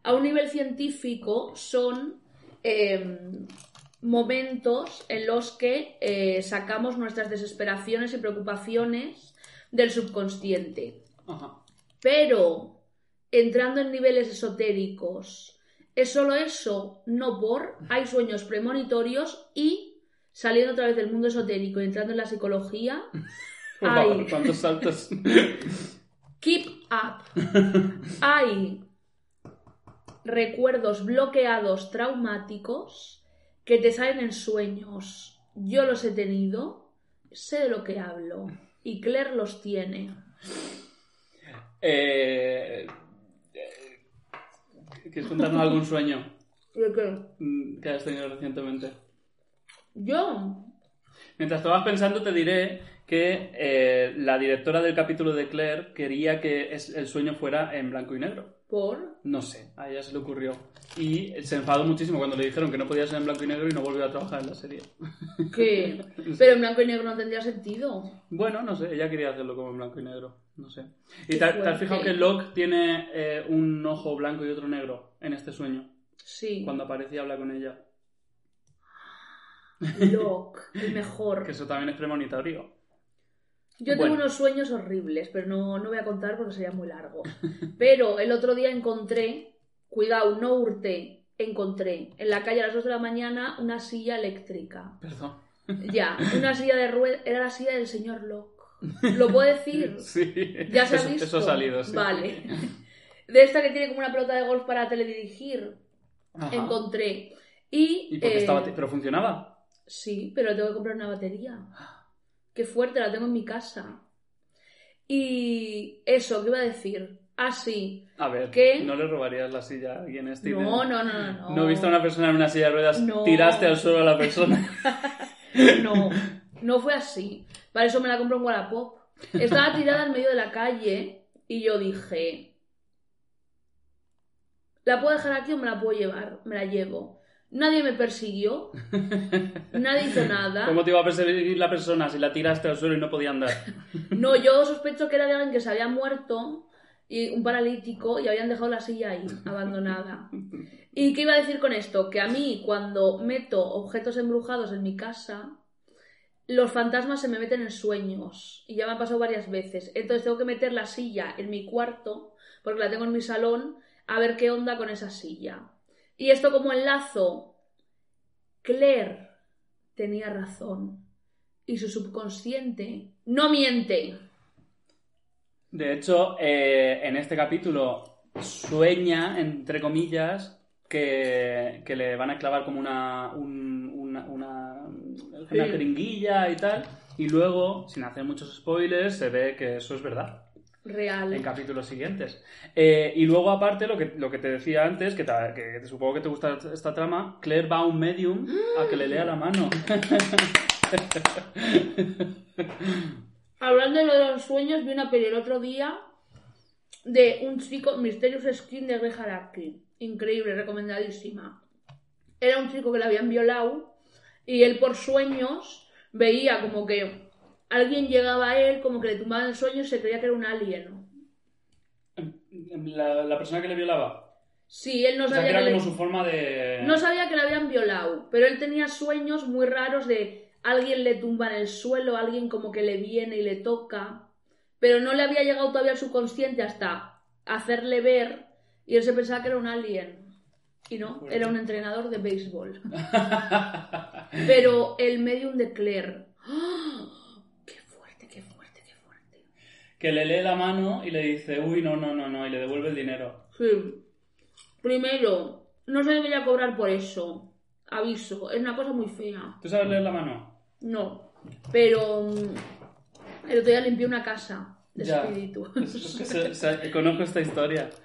Speaker 3: A un nivel científico son em, momentos en los que eh, sacamos nuestras desesperaciones y preocupaciones del subconsciente.
Speaker 2: Ajá.
Speaker 3: Pero entrando en niveles esotéricos, es solo eso, no por. Hay sueños premonitorios y saliendo otra vez del mundo esotérico y entrando en la psicología,
Speaker 2: Por
Speaker 3: Ay.
Speaker 2: favor, Pues cuántos saltos.
Speaker 3: keep up. Hay recuerdos bloqueados traumáticos que te salen en sueños. Yo los he tenido, sé de lo que hablo y Claire los tiene.
Speaker 2: Eh, eh, ¿Quieres contarnos algún sueño
Speaker 3: ¿De qué?
Speaker 2: mm, que has tenido recientemente?
Speaker 3: Yo
Speaker 2: Mientras estabas pensando, te diré que eh, la directora del capítulo de Claire quería que es- el sueño fuera en blanco y negro.
Speaker 3: por
Speaker 2: No sé, a ella se le ocurrió. Y se enfadó muchísimo cuando le dijeron que no podía ser en blanco y negro y no volvió a trabajar en la serie.
Speaker 3: que Pero en blanco y negro no tendría sentido.
Speaker 2: Bueno, no sé, ella quería hacerlo como en blanco y negro. No sé. ¿Y
Speaker 3: Qué
Speaker 2: te, te has
Speaker 3: fuerte.
Speaker 2: fijado que Locke tiene eh, un ojo blanco y otro negro en este sueño?
Speaker 3: Sí.
Speaker 2: Cuando aparece y habla con ella.
Speaker 3: Locke, el mejor.
Speaker 2: Que eso también es premonitorio.
Speaker 3: Yo
Speaker 2: Bueno.
Speaker 3: tengo unos sueños horribles, pero no, no voy a contar porque sería muy largo. Pero el otro día encontré, cuidado, no hurté, encontré en la calle a las 2 de la mañana una silla eléctrica.
Speaker 2: Perdón.
Speaker 3: Ya, una silla de ruedas, era la silla del señor Locke. ¿Lo puedo decir?
Speaker 2: Sí.
Speaker 3: Ya se ha
Speaker 2: eso,
Speaker 3: visto.
Speaker 2: Eso ha salido, sí.
Speaker 3: Vale. De esta que tiene como una pelota de golf para teledirigir,
Speaker 2: Ajá.
Speaker 3: encontré. Y,
Speaker 2: ¿Y por qué
Speaker 3: eh,
Speaker 2: estaba.? ¿Pero funcionaba?
Speaker 3: Sí, pero tengo que comprar una batería. Qué fuerte, la tengo en mi casa. Y eso, ¿qué iba a decir? Ah, sí.
Speaker 2: A ver,
Speaker 3: ¿qué?
Speaker 2: ¿no le robarías la silla a alguien, Steven?
Speaker 3: No, no, no, no. No,
Speaker 2: ¿No viste a una persona en una silla de ruedas?
Speaker 3: No.
Speaker 2: ¿Tiraste al suelo a la persona?
Speaker 3: No, no fue así. Para eso me la compré en Wallapop. Estaba tirada en medio de la calle y yo dije... ¿La puedo dejar aquí o me la puedo llevar? Me la llevo. Nadie me persiguió. Nadie hizo nada.
Speaker 2: ¿Cómo te iba a perseguir la persona si la tiraste al suelo y no podía andar?
Speaker 3: No, yo sospecho que era de alguien que se había muerto y un paralítico y habían dejado la silla ahí, abandonada. ¿Y qué iba a decir con esto? Que a mí, cuando meto objetos embrujados en mi casa, los fantasmas se me meten en sueños. Y ya me ha pasado varias veces. Entonces tengo que meter la silla en mi cuarto, porque la tengo en mi salón, a ver qué onda con esa silla. Y esto como enlazo. Claire tenía razón. Y su subconsciente no miente.
Speaker 2: De hecho, eh, en este capítulo sueña, entre comillas, que, que le van a clavar como una, un- una, una, una
Speaker 3: Sí.
Speaker 2: jeringuilla y tal. Y luego, sin hacer muchos spoilers, se ve que eso es verdad
Speaker 3: Real.
Speaker 2: en capítulos siguientes. Eh, y luego, aparte, lo que, lo que te decía antes, que, te- que te- supongo que te gusta esta trama, Claire va a un medium a que le lea la mano.
Speaker 3: Hablando de lo de los sueños, vi una peli el otro día de un chico, Mysterious Skin de Greg Haraki. Increíble, recomendadísima. Era un chico que le habían violado y él por sueños veía como que alguien llegaba a él, como que le tumbaban el sueño y se creía que era un alien.
Speaker 2: La, la persona que le violaba.
Speaker 3: Sí, él no
Speaker 2: O sea, que
Speaker 3: sabía
Speaker 2: era
Speaker 3: que le-
Speaker 2: como su forma de...
Speaker 3: No sabía que le habían violado, pero él tenía sueños muy raros de alguien le tumba en el suelo, alguien como que le viene y le toca, pero no le había llegado todavía al subconsciente hasta hacerle ver y él se pensaba que era un alien. Y no, era un entrenador de béisbol. Pero el medium de Claire. ¡Ah! ¡Qué fuerte, qué fuerte, qué fuerte!
Speaker 2: Que le lee la mano y le dice, uy, no, no, no, no, y le devuelve el dinero.
Speaker 3: Sí. Primero, no se debería cobrar por eso. Aviso, es una cosa muy fea.
Speaker 2: ¿Tú sabes leer la mano?
Speaker 3: No. Pero mm, el otro día limpié una casa de
Speaker 2: Ya. Es-
Speaker 3: espíritus.
Speaker 2: es que se- se- conozco esta historia.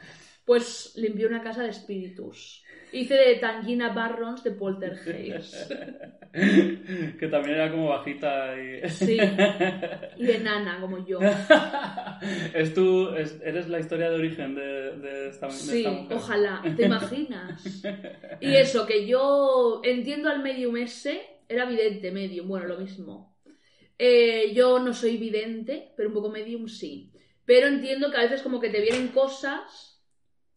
Speaker 3: Pues limpié una casa de espíritus. Hice de Tangina Barrons de Poltergeist.
Speaker 2: que también era como bajita y...
Speaker 3: Sí. Y enana, como yo.
Speaker 2: es tu, es- eres la historia de origen de, de esta, de
Speaker 3: Sí,
Speaker 2: esta mujer.
Speaker 3: ojalá, ¿te imaginas? Y eso, que yo entiendo al medium ese, era vidente, medium, bueno, lo mismo. Eh, yo no soy vidente, pero un poco medium sí. Pero entiendo que a veces como que te vienen cosas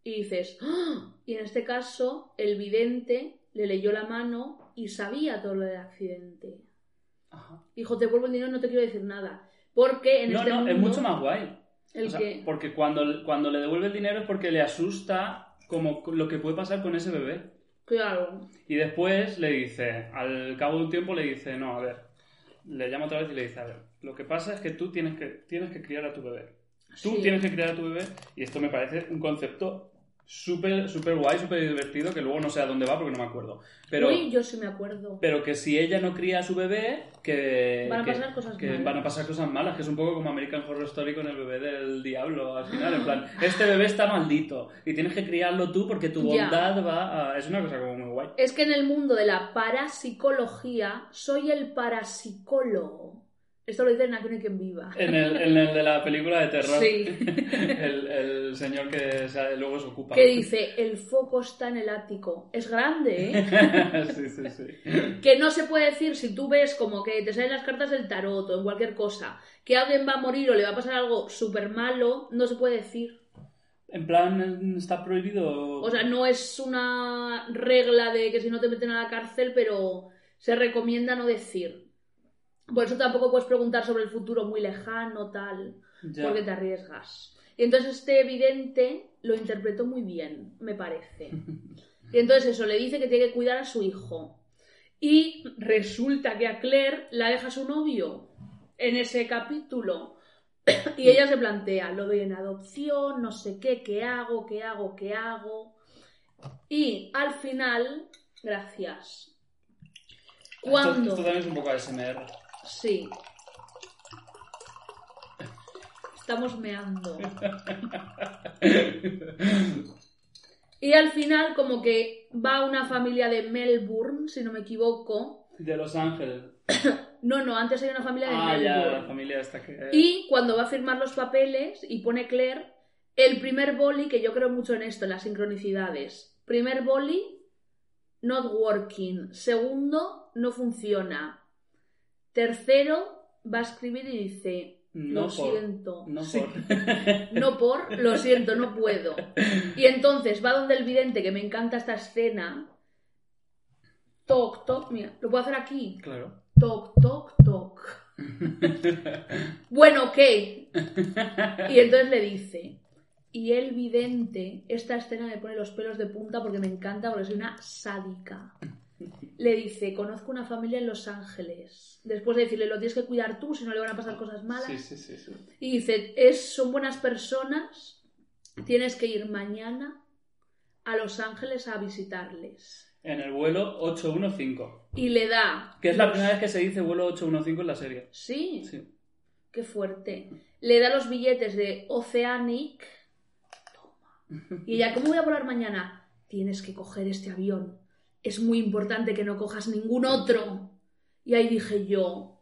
Speaker 3: y dices, "Ah". y en este caso el vidente le leyó la mano y sabía todo lo del accidente.
Speaker 2: Ajá.
Speaker 3: Dijo, te vuelvo el dinero, no te quiero decir nada. Porque en
Speaker 2: No,
Speaker 3: este
Speaker 2: no,
Speaker 3: mundo...
Speaker 2: es mucho más guay.
Speaker 3: El
Speaker 2: O sea,
Speaker 3: que...
Speaker 2: Porque cuando, cuando le devuelve el dinero es porque le asusta como lo que puede pasar con ese bebé.
Speaker 3: Claro,
Speaker 2: Y después le dice, al cabo de un tiempo le dice, no, a ver, le llama otra vez y le dice, a ver, lo que pasa es que tú tienes que, tienes que criar a tu bebé. Tú
Speaker 3: Sí.
Speaker 2: tienes que criar a tu bebé y esto me parece un concepto súper súper guay, súper divertido, que luego no sé a dónde va porque no me acuerdo. Pero,
Speaker 3: uy, yo sí me acuerdo.
Speaker 2: pero que si ella no cría a su bebé, que,
Speaker 3: Van a
Speaker 2: que-
Speaker 3: pasar cosas
Speaker 2: que
Speaker 3: malas.
Speaker 2: van a pasar cosas malas, que es un poco como American Horror Story con el bebé del diablo al final, en plan, este bebé está maldito y tienes que criarlo tú porque tu
Speaker 3: Ya.
Speaker 2: bondad va a... Es una cosa como muy guay.
Speaker 3: Es que en el mundo de la parapsicología soy el parapsicólogo. Esto lo dice en Aquí no hay quien viva.
Speaker 2: En el, en el de la película de terror.
Speaker 3: Sí.
Speaker 2: El, el señor que se- luego se ocupa.
Speaker 3: Que dice, el foco está en el ático. Es grande,
Speaker 2: sí, sí, sí.
Speaker 3: ¿eh? Que no se puede decir si tú ves como que te salen las cartas del tarot o en cualquier cosa, que alguien va a morir o le va a pasar algo súper malo, no se puede decir.
Speaker 2: En plan, está prohibido.
Speaker 3: O sea, no es una regla de que si no te meten a la cárcel, pero se recomienda no decir. Por eso tampoco puedes preguntar sobre el futuro muy lejano, tal.
Speaker 2: Ya.
Speaker 3: porque te arriesgas. Y entonces este vidente lo interpretó muy bien, me parece. Y entonces eso, le dice que tiene que cuidar a su hijo. Y resulta que a Claire la deja su novio en ese capítulo. Y ella se plantea, lo doy en adopción, no sé qué, qué hago, qué hago, qué hago. Y al final, gracias.
Speaker 2: Esto- Esto,
Speaker 3: Cuando...
Speaker 2: también es un poco ASMR.
Speaker 3: Sí. Estamos meando. Y al final, como que va una familia de Melbourne, si no me equivoco.
Speaker 2: De Los Ángeles.
Speaker 3: No, no, antes hay una familia de
Speaker 2: Ah, ya, la
Speaker 3: Melbourne.
Speaker 2: familia esta que.
Speaker 3: Y cuando va a firmar los papeles y pone Claire, el primer boli, que yo creo mucho en esto, en las sincronicidades. Primer boli, not working. Segundo, no funciona. Tercero, va a escribir y dice,
Speaker 2: No
Speaker 3: lo
Speaker 2: por.
Speaker 3: siento.
Speaker 2: No
Speaker 3: Sí.
Speaker 2: por.
Speaker 3: No por, lo siento, no puedo. Y entonces va donde el vidente, que me encanta esta escena. Toc, toc, mira, lo puedo hacer aquí.
Speaker 2: Claro.
Speaker 3: Toc, toc, toc. Bueno, ¿qué? Y entonces le dice, y el vidente, esta escena me pone los pelos de punta porque me encanta, porque soy una sádica. Le dice, conozco una familia en Los Ángeles. Después de decirle, lo tienes que cuidar tú, si no le van a pasar cosas malas.
Speaker 2: Sí, sí, sí. sí.
Speaker 3: Y dice, es, son buenas personas, tienes que ir mañana a Los Ángeles a visitarles.
Speaker 2: En el vuelo 815.
Speaker 3: Y le da...
Speaker 2: Que es la
Speaker 3: los-
Speaker 2: primera vez que se dice vuelo 815 en la serie.
Speaker 3: Sí,
Speaker 2: Sí.
Speaker 3: qué fuerte. Le da los billetes de Oceanic. Toma. Y ella, ¿cómo voy a volar mañana? Tienes que coger este avión. Es muy importante que no cojas ningún otro. Y ahí dije yo,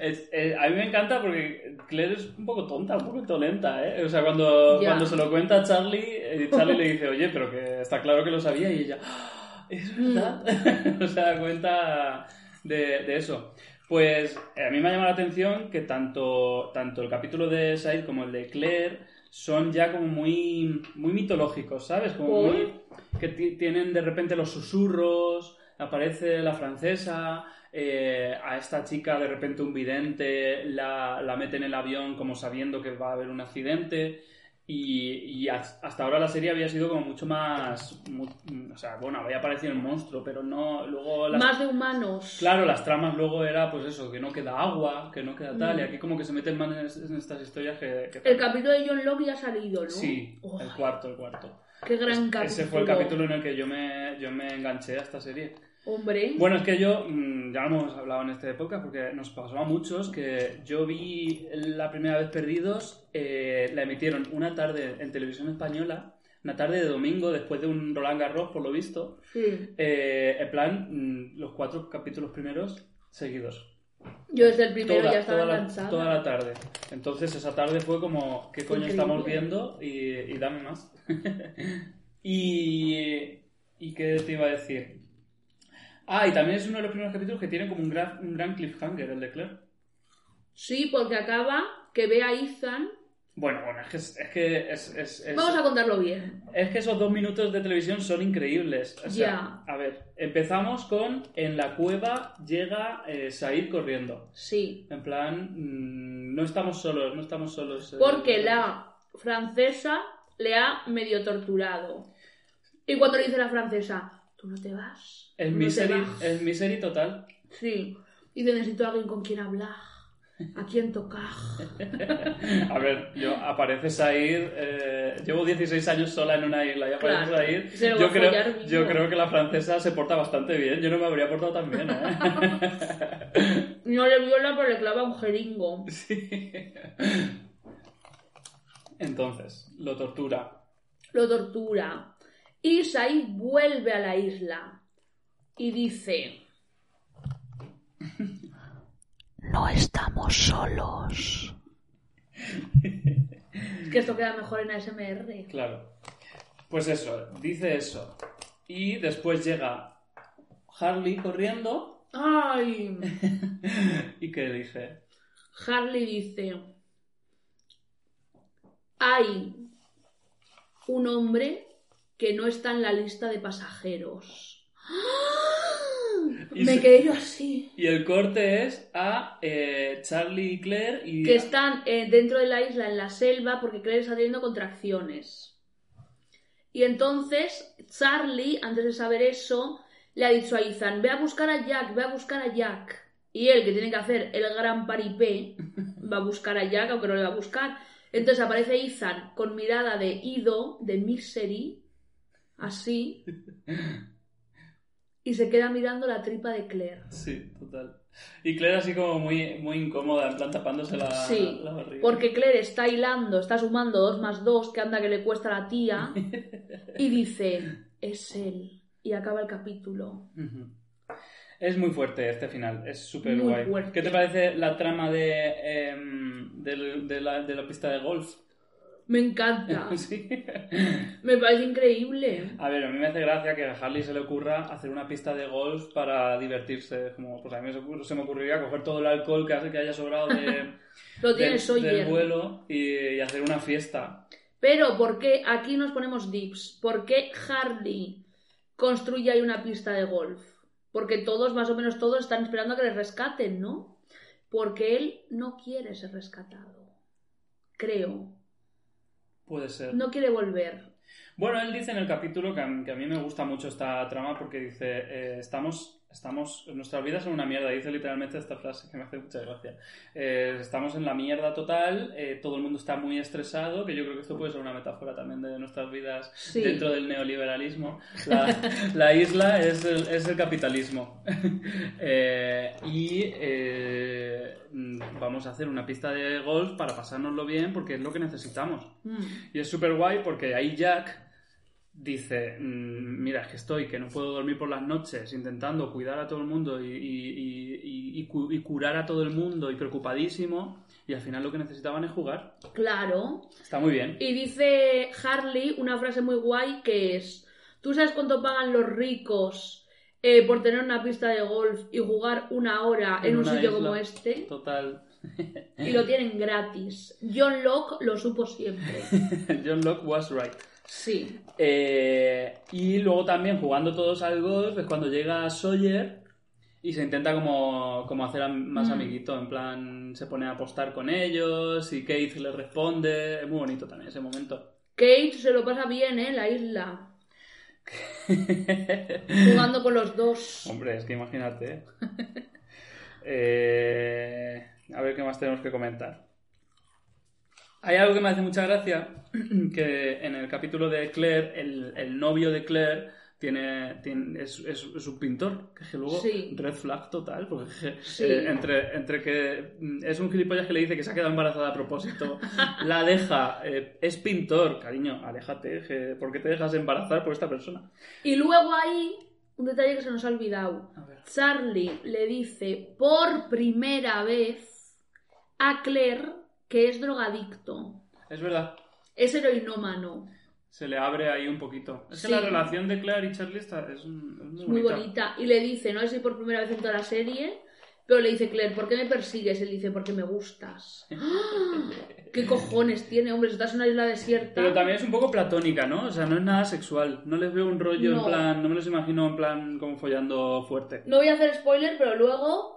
Speaker 2: Es- eh, a mí me encanta porque Claire es un poco tonta, un poco tolenta, ¿eh? O sea, cuando,
Speaker 3: Ya.
Speaker 2: cuando se lo cuenta a Charlie, eh, Charlie le dice, oye, pero que está claro que lo sabía, y ella, "Ah, es
Speaker 3: Mm.
Speaker 2: verdad. o sea, cuenta de, de eso. Pues eh, a mí me ha llamado la atención que tanto, tanto el capítulo de Said como el de Claire son ya como muy, muy mitológicos, ¿sabes? Como
Speaker 3: ¿Por?
Speaker 2: muy- que ti- tienen de repente los susurros, aparece la francesa, eh, a esta chica de repente un vidente la, la mete en el avión como sabiendo que va a haber un accidente. Y, y has- hasta ahora la serie había sido como mucho más. mu- o sea, bueno, había aparecido el monstruo, pero no. Luego las
Speaker 3: Más de humanos.
Speaker 2: Claro, las tramas luego era pues eso, que no queda agua, que no queda tal,
Speaker 3: Mm.
Speaker 2: y aquí como que se meten más en, en estas historias que... que-
Speaker 3: El capítulo de John Locke ya ha salido, ¿no?
Speaker 2: Sí,
Speaker 3: Oh,
Speaker 2: el cuarto, el cuarto.
Speaker 3: Qué gran
Speaker 2: Es-
Speaker 3: capítulo.
Speaker 2: Ese fue el capítulo en el que yo me, yo me enganché a esta serie.
Speaker 3: Hombre.
Speaker 2: Bueno, es que yo, mm, ya lo hemos hablado en este podcast, porque nos pasó a muchos que yo vi la primera vez Perdidos, eh, la emitieron una tarde en televisión española, una tarde de domingo, después de un Roland Garros, por lo visto,
Speaker 3: Sí.
Speaker 2: eh, en plan, mm, los cuatro capítulos primeros seguidos.
Speaker 3: Yo desde el primero
Speaker 2: toda,
Speaker 3: ya estaba
Speaker 2: toda
Speaker 3: enganchada.
Speaker 2: la, toda la tarde. Entonces esa tarde fue como, ¿qué coño
Speaker 3: Increíble.
Speaker 2: estamos viendo? Y, y dame más. y, ¿Y qué te iba a decir? Ah, y también es uno de los primeros capítulos que tiene como un gran, un gran cliffhanger, el de Claire.
Speaker 3: Sí, porque acaba que ve a Ethan.
Speaker 2: Bueno, bueno, es que, es, es que es- es- es-
Speaker 3: Vamos a contarlo bien.
Speaker 2: Es que esos dos minutos de televisión son increíbles. O sea, A ver, empezamos con en la cueva llega eh, Said corriendo.
Speaker 3: Sí.
Speaker 2: En plan, mm, no estamos solos, no estamos solos. eh.
Speaker 3: Porque la francesa le ha medio torturado. Y cuando le dice la francesa, tú no te vas.
Speaker 2: El
Speaker 3: tú no
Speaker 2: misery,
Speaker 3: te vas".
Speaker 2: el misery total.
Speaker 3: Sí. Y dice, necesito a alguien con quien hablar. A quien tocar.
Speaker 2: A ver, yo aparece Said. eh, llevo 16 años sola en una isla y aparece
Speaker 3: Claro,
Speaker 2: Said.
Speaker 3: se lo va
Speaker 2: yo,
Speaker 3: a
Speaker 2: creo,
Speaker 3: follar vivo.
Speaker 2: yo creo que la francesa se porta bastante bien. Yo no me habría portado tan bien, ¿eh?
Speaker 3: No le viola, pero le clava un jeringo.
Speaker 2: sí. Entonces, lo tortura.
Speaker 3: lo tortura. Y Said vuelve a la isla y dice,
Speaker 1: No estamos solos.
Speaker 3: es que esto queda mejor en ASMR.
Speaker 2: Claro. Pues eso, dice eso. Y después llega Harley corriendo
Speaker 3: Ay,
Speaker 2: y que dice,
Speaker 3: Harley dice, hay un hombre que no está en la lista de pasajeros. ¡Ah!
Speaker 2: Y
Speaker 3: Me
Speaker 2: se-
Speaker 3: quedé yo así.
Speaker 2: y el corte es a eh, Charlie y Claire y...
Speaker 3: Que están eh, dentro de la isla, en la selva, porque Claire está teniendo contracciones. Y entonces Charlie, antes de saber eso, le ha dicho a Ethan, ve a buscar a Jack, ve a buscar a Jack. Y él, que tiene que hacer el gran paripé, va a buscar a Jack, aunque no le va a buscar. Entonces aparece Ethan con mirada de ido, de misery, así, y se queda mirando la tripa de Claire.
Speaker 2: Sí, total. Y Claire así como muy, muy incómoda, en plan tapándose la,
Speaker 3: Sí,
Speaker 2: la barriga.
Speaker 3: Porque Claire está hilando, está sumando 2 más 2, que anda que le cuesta a la tía, y dice, es él. Y acaba el capítulo.
Speaker 2: Ujú. Es muy fuerte este final, es súper
Speaker 3: Muy
Speaker 2: guay.
Speaker 3: fuerte.
Speaker 2: ¿Qué te parece la trama de, em, del- de la, de la pista de golf?
Speaker 3: Me encanta.
Speaker 2: sí.
Speaker 3: Me parece increíble.
Speaker 2: A ver, a mí me hace gracia que a Harley se le ocurra hacer una pista de golf para divertirse. Como, pues a mí se, ocurre- se me ocurriría coger todo el alcohol que, hace que haya sobrado de-
Speaker 3: Lo
Speaker 2: del,
Speaker 3: tienes hoy
Speaker 2: del
Speaker 3: Jen.
Speaker 2: vuelo y, y hacer una fiesta.
Speaker 3: Pero ¿por qué aquí nos ponemos dips? ¿Por qué Harley construye ahí una pista de golf? Porque todos, más o menos todos, están esperando a que le rescaten, ¿no? Porque él no quiere ser rescatado. Creo.
Speaker 2: Puede ser.
Speaker 3: No quiere volver.
Speaker 2: Bueno, él dice en el capítulo que a, que a mí me gusta mucho esta trama porque dice, eh, estamos, estamos, nuestras vidas son una mierda, dice literalmente esta frase que me hace mucha gracia. Eh, estamos en la mierda total, eh, todo el mundo está muy estresado, que yo creo que esto puede ser una metáfora también de nuestras vidas
Speaker 3: Sí.
Speaker 2: dentro del neoliberalismo. La, la isla es el, es el capitalismo. Eh, y eh, mm, vamos a hacer una pista de golf para pasárnoslo bien porque es lo que necesitamos.
Speaker 3: Mm.
Speaker 2: Y es súper guay porque ahí Jack dice, "Mm, mira, es que estoy, que no puedo dormir por las noches, intentando cuidar a todo el mundo y, y- y- y- y cu- y curar a todo el mundo y preocupadísimo, y al final lo que necesitaban es jugar.
Speaker 3: Claro.
Speaker 2: Está muy bien.
Speaker 3: Y dice Harley una frase muy guay que es, ¿tú sabes cuánto pagan los ricos eh, por tener una pista de golf y jugar una hora en,
Speaker 2: En
Speaker 3: un
Speaker 2: una
Speaker 3: sitio
Speaker 2: isla.
Speaker 3: como este?
Speaker 2: Total.
Speaker 3: Y lo tienen gratis. John Locke lo supo siempre.
Speaker 2: John Locke was right.
Speaker 3: Sí.
Speaker 2: Eh, y luego también jugando todos al golf es cuando llega Sawyer y Y se intenta como, como hacer am- más
Speaker 3: Mm.
Speaker 2: amiguito, en plan se pone a apostar con ellos y Kate le responde. Es muy bonito también ese momento.
Speaker 3: Kate se lo pasa bien, ¿eh? La isla. Jugando con los dos.
Speaker 2: Hombre, es que imagínate. ¿eh? Eh, a ver qué más tenemos que comentar. Hay algo que me hace mucha gracia, que en el capítulo de Claire, el, el novio de Claire tiene, tiene- es, es- es un pintor, que es que luego
Speaker 3: Sí.
Speaker 2: red flag total, porque es que,
Speaker 3: Sí.
Speaker 2: eh, entre, entre que mm, es un gilipollas que le dice que se ha quedado embarazada a propósito, la deja, eh, es pintor, cariño, aléjate, que- ¿por qué te dejas embarazar por esta persona?
Speaker 3: Y luego ahí, un detalle que se nos ha olvidado.
Speaker 2: A ver.
Speaker 3: Charlie le dice por primera vez a Claire que es drogadicto.
Speaker 2: Es verdad.
Speaker 3: Es heroinómano.
Speaker 2: se le abre ahí un poquito. Es
Speaker 3: Sí.
Speaker 2: que la relación de Claire y Charlie está, es, un- es muy,
Speaker 3: Es muy
Speaker 2: bonita.
Speaker 3: bonita. Y le dice, no sé si por primera vez en toda la serie, pero le dice Claire, ¿por qué me persigues? Él dice, porque me gustas. ¡Ah! ¿Qué cojones tiene, hombre? Si estás en una isla desierta.
Speaker 2: Pero también es un poco platónica, ¿no? O sea, no es nada sexual. No les veo un rollo
Speaker 3: No.
Speaker 2: en plan, no me los imagino en plan como follando fuerte.
Speaker 3: No voy a hacer spoiler, pero luego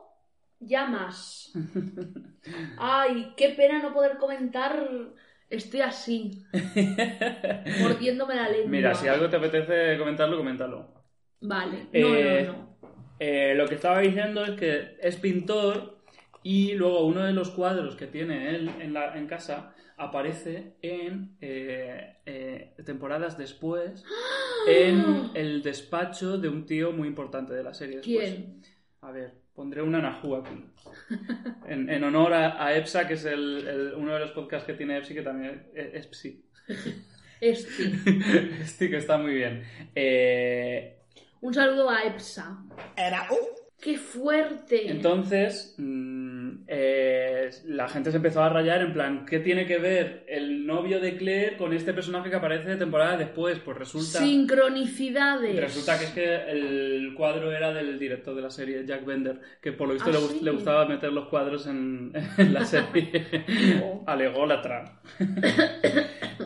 Speaker 3: ya más. Ay, qué pena no poder comentar. Estoy así, mordiéndome la lengua.
Speaker 2: Mira, si algo te apetece comentarlo, coméntalo.
Speaker 3: Vale, no,
Speaker 2: Eh,
Speaker 3: no, no.
Speaker 2: Eh, lo que estaba diciendo es que es pintor y luego uno de los cuadros que tiene él en, la, en casa aparece en eh, eh, temporadas después
Speaker 3: ¡Ah!
Speaker 2: en el despacho de un tío muy importante de la serie. después.
Speaker 3: ¿Quién?
Speaker 2: A ver, pondré una Nahu aquí. En, en honor a, a EPSA, que es el, el- uno de los podcasts que tiene EPSI, que también es EPSI.
Speaker 3: Este.
Speaker 2: Este que está muy bien. Eh,
Speaker 3: Un saludo a Epsa. ¡Qué fuerte!
Speaker 2: Entonces, mm, eh, la gente se empezó a rayar en plan, ¿qué tiene que ver el novio de Claire con este personaje que aparece temporadas después? Pues resulta,
Speaker 3: Sincronicidades.
Speaker 2: resulta que es que el cuadro era del director de la serie, Jack Bender, que por lo visto
Speaker 3: ¿Ah,
Speaker 2: le, gust-
Speaker 3: sí?
Speaker 2: le gustaba meter los cuadros en, en la serie.
Speaker 3: Oh.
Speaker 2: Alególatra.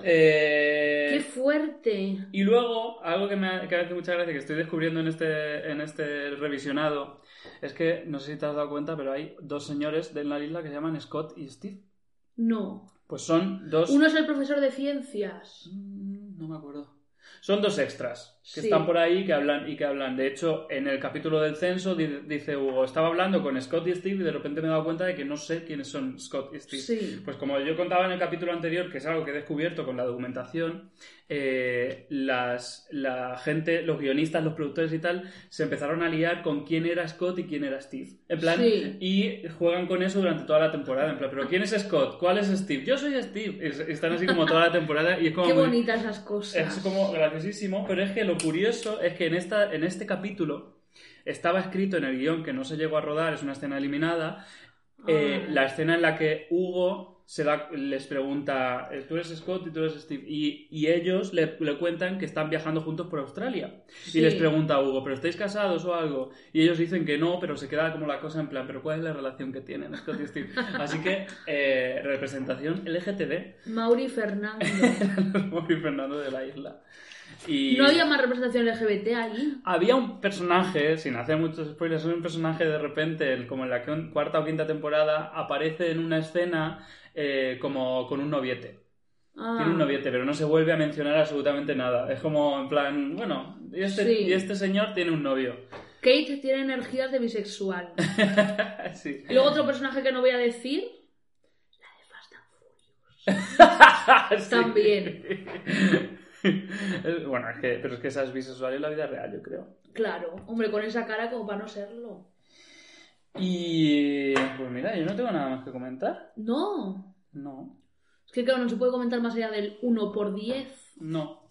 Speaker 2: eh,
Speaker 3: ¡Qué fuerte!
Speaker 2: y luego, algo que me, ha- que me hace mucha gracia, que estoy descubriendo en este, en este revisionado, es que, no sé si te has dado cuenta, pero hay dos señores de la isla que se llaman Scott y Steve.
Speaker 3: No.
Speaker 2: Pues son dos...
Speaker 3: Uno es el profesor de ciencias.
Speaker 2: Mm, No me acuerdo. Son dos extras que
Speaker 3: Sí.
Speaker 2: están por ahí que hablan y que hablan. De hecho, en el capítulo del censo di- dice Hugo, estaba hablando con Scott y Steve y de repente me he dado cuenta de que no sé quiénes son Scott y Steve.
Speaker 3: Sí.
Speaker 2: Pues como yo contaba en el capítulo anterior, que es algo que he descubierto con la documentación, eh, las, la gente, los guionistas, los productores y tal, se empezaron a liar con quién era Scott y quién era Steve. En plan,
Speaker 3: Sí.
Speaker 2: y juegan con eso durante toda la temporada. En plan, pero ¿quién es Scott? ¿Cuál es Steve? Yo soy Steve. Es- están así como toda la temporada y es como...
Speaker 3: Qué
Speaker 2: muy-
Speaker 3: bonitas esas cosas.
Speaker 2: es como graciosísimo, pero es que lo curioso es que en, esta, en este capítulo estaba escrito en el guión que no se llegó a rodar, es una escena eliminada, eh,
Speaker 3: Ah.
Speaker 2: la escena en la que Hugo se da, les pregunta, eh, tú eres Scott y tú eres Steve, y, y ellos le, le cuentan que están viajando juntos por Australia.
Speaker 3: Sí.
Speaker 2: Y les pregunta a Hugo, ¿pero estáis casados o algo? Y ellos dicen que no, pero se queda como la cosa en plan, ¿pero cuál es la relación que tienen Scott y Steve? Así que, eh, representación LGTB,
Speaker 3: Mauri Fernando.
Speaker 2: Mauri Fernando de la isla. Y
Speaker 3: No había más representación LGBT allí.
Speaker 2: había un personaje, sin hacer muchos spoilers, un personaje de repente, el- como en la que- cuarta o quinta temporada, aparece en una escena eh, como con un noviete.
Speaker 3: Ah.
Speaker 2: Tiene un noviete, pero no se vuelve a mencionar absolutamente nada. Es como en plan, bueno, y este,
Speaker 3: Sí.
Speaker 2: y este señor tiene un novio.
Speaker 3: Kate tiene energías de bisexual.
Speaker 2: sí.
Speaker 3: Y luego otro personaje que no voy a decir. La de Fast and Furious.
Speaker 2: Sí.
Speaker 3: También.
Speaker 2: Es- bueno, es que, pero es que esa es bisexual en la vida real, yo creo.
Speaker 3: Claro, hombre, con esa cara como para no serlo.
Speaker 2: Y pues mira, yo no tengo nada más que comentar.
Speaker 3: No.
Speaker 2: No.
Speaker 3: Es que claro, no se puede comentar más allá del 1 por 10.
Speaker 2: No.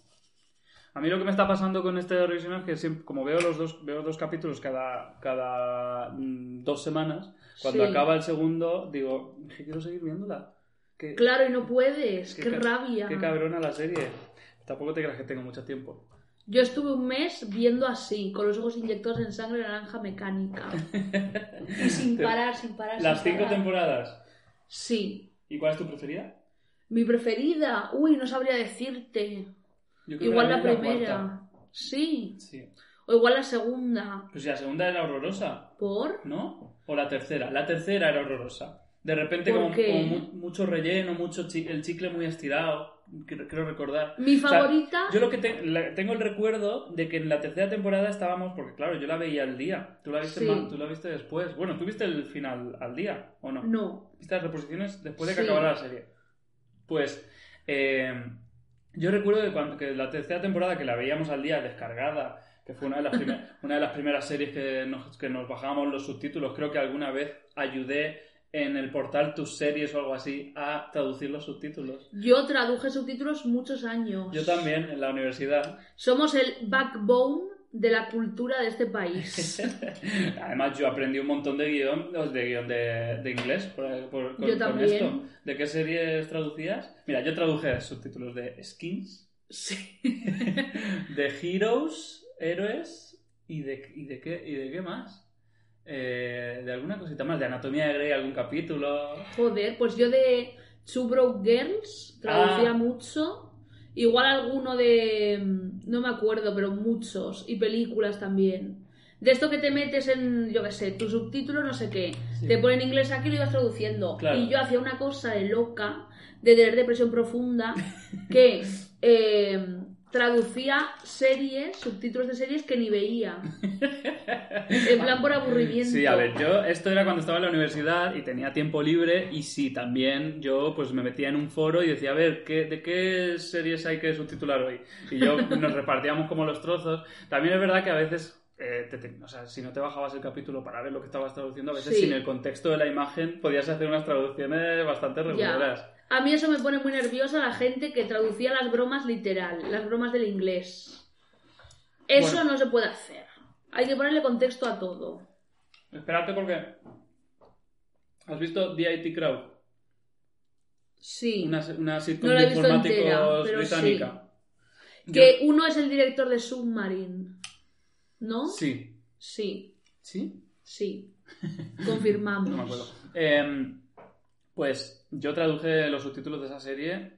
Speaker 2: A mí lo que me está pasando con este revisión es que siempre, como veo los dos, veo dos capítulos cada, cada mm, dos semanas, cuando
Speaker 3: Sí.
Speaker 2: acaba el segundo, digo, "Es que quiero seguir viéndola. Qué,
Speaker 3: Claro, y no puedes.
Speaker 2: Qué
Speaker 3: Qué,
Speaker 2: ca-
Speaker 3: rabia.
Speaker 2: qué cabrona la serie. Tampoco te creas que tengo mucho tiempo.
Speaker 3: Yo estuve un mes viendo así, con los ojos inyectados en sangre naranja mecánica. Y sin parar, sin parar.
Speaker 2: Las
Speaker 3: sin
Speaker 2: cinco
Speaker 3: parar.
Speaker 2: temporadas.
Speaker 3: Sí.
Speaker 2: ¿Y cuál es tu preferida?
Speaker 3: Mi preferida. Uy, no sabría decirte.
Speaker 2: Yo creo que
Speaker 3: Igual
Speaker 2: mía
Speaker 3: la
Speaker 2: es cuarta.
Speaker 3: primera. Sí.
Speaker 2: Sí.
Speaker 3: O igual la segunda.
Speaker 2: Pues si la segunda era horrorosa.
Speaker 3: ¿Por?
Speaker 2: ¿no? O la tercera. La tercera era horrorosa. De repente
Speaker 3: ¿Por
Speaker 2: con,
Speaker 3: qué?
Speaker 2: con mu- mucho relleno, mucho chi- el chicle muy estirado, cre- creo recordar.
Speaker 3: Mi
Speaker 2: sea,
Speaker 3: favorita.
Speaker 2: Yo lo que te- la- tengo el recuerdo de que en la tercera temporada estábamos, porque claro, yo la veía al día. Tú la viste,
Speaker 3: Sí.
Speaker 2: ma- tú la viste después. Bueno, tú viste el final al día, ¿o no?
Speaker 3: No.
Speaker 2: Viste las reposiciones después de que
Speaker 3: Sí.
Speaker 2: acabara la serie. Pues eh, yo recuerdo que, cuando, que la tercera temporada que la veíamos al día descargada, que fue una de las, primer- una de las primeras series que nos, que nos bajábamos los subtítulos, creo que alguna vez ayudé en el portal Tus Series o algo así a traducir los subtítulos.
Speaker 3: Yo traduje subtítulos muchos años.
Speaker 2: Yo también en la universidad.
Speaker 3: Somos el backbone de la cultura de este país.
Speaker 2: Además, yo aprendí un montón de guión, de, guión de, de inglés por, por- con,
Speaker 3: Yo
Speaker 2: con
Speaker 3: también.
Speaker 2: esto. ¿De qué series traducías? Mira, yo traduje subtítulos de Skins,
Speaker 3: sí.
Speaker 2: de Heroes, Héroes, y de, y de, qué, y de qué más. Eh, de alguna cosita más, de Anatomía de Grey, algún capítulo.
Speaker 3: Joder, pues yo de Two Broke Girls traducía
Speaker 2: Ah.
Speaker 3: mucho. Igual alguno de. mm, No me acuerdo, pero muchos. Y películas también. De esto que te metes en, yo qué sé, tu subtítulo, no sé qué.
Speaker 2: Sí.
Speaker 3: Te ponen inglés aquí y lo ibas traduciendo.
Speaker 2: Claro.
Speaker 3: Y yo hacía una cosa de loca, de tener depresión profunda, que eh, traducía series, subtítulos de series que ni veía. En plan por aburrimiento.
Speaker 2: Sí, a ver, yo esto era cuando estaba en la universidad y tenía tiempo libre y sí, también yo pues me metía en un foro y decía, a ver, ¿qué, ¿de qué series hay que subtitular hoy? Y yo nos repartíamos como los trozos. También es verdad que a veces, eh, te- te- o sea, si no te bajabas el capítulo para ver lo que estabas traduciendo, a veces
Speaker 3: Sí.
Speaker 2: sin el contexto de la imagen podías hacer unas traducciones bastante regulares.
Speaker 3: A mí eso me pone muy nerviosa la gente que traducía las bromas literal, las bromas del inglés. Eso
Speaker 2: Bueno.
Speaker 3: no se puede hacer. Hay que ponerle contexto a todo.
Speaker 2: Espérate porque... ¿Has visto The IT Crowd?
Speaker 3: Sí.
Speaker 2: Una, una sitcom
Speaker 3: No la he
Speaker 2: de
Speaker 3: visto
Speaker 2: informáticos
Speaker 3: entera, pero
Speaker 2: británica.
Speaker 3: Que uno es el director de Submarine. ¿No?
Speaker 2: Yo- Sí.
Speaker 3: Sí.
Speaker 2: ¿Sí?
Speaker 3: Sí. Confirmamos.
Speaker 2: No me acuerdo. Eh, pues yo traduje los subtítulos de esa serie.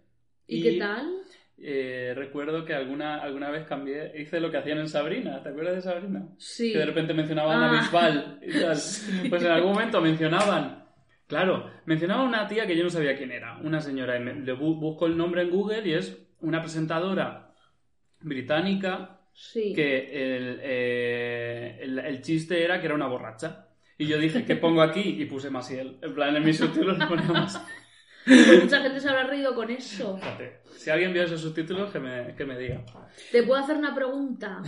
Speaker 3: ¿Y, qué tal?
Speaker 2: eh, recuerdo que alguna, alguna vez cambié, hice lo que hacían en Sabrina, ¿te acuerdas de Sabrina?
Speaker 3: Sí.
Speaker 2: Que de repente mencionaban a
Speaker 3: Ah.
Speaker 2: Bisbal y tal. Pues en algún momento mencionaban, claro, mencionaban una tía que yo no sabía quién era, una señora, y me- le bu- busco el nombre en Google y es una presentadora británica
Speaker 3: Sí.
Speaker 2: que el, eh, el- el chiste era que era una borracha. Y yo dije, ¿qué pongo aquí? Y puse Maciel. En plan, en mis subtítulos le ponía Maciel.
Speaker 3: Pues mucha gente se habrá reído con eso.
Speaker 2: Fíjate, Si alguien vio esos subtítulos, que me, que me diga.
Speaker 3: Te puedo hacer una pregunta.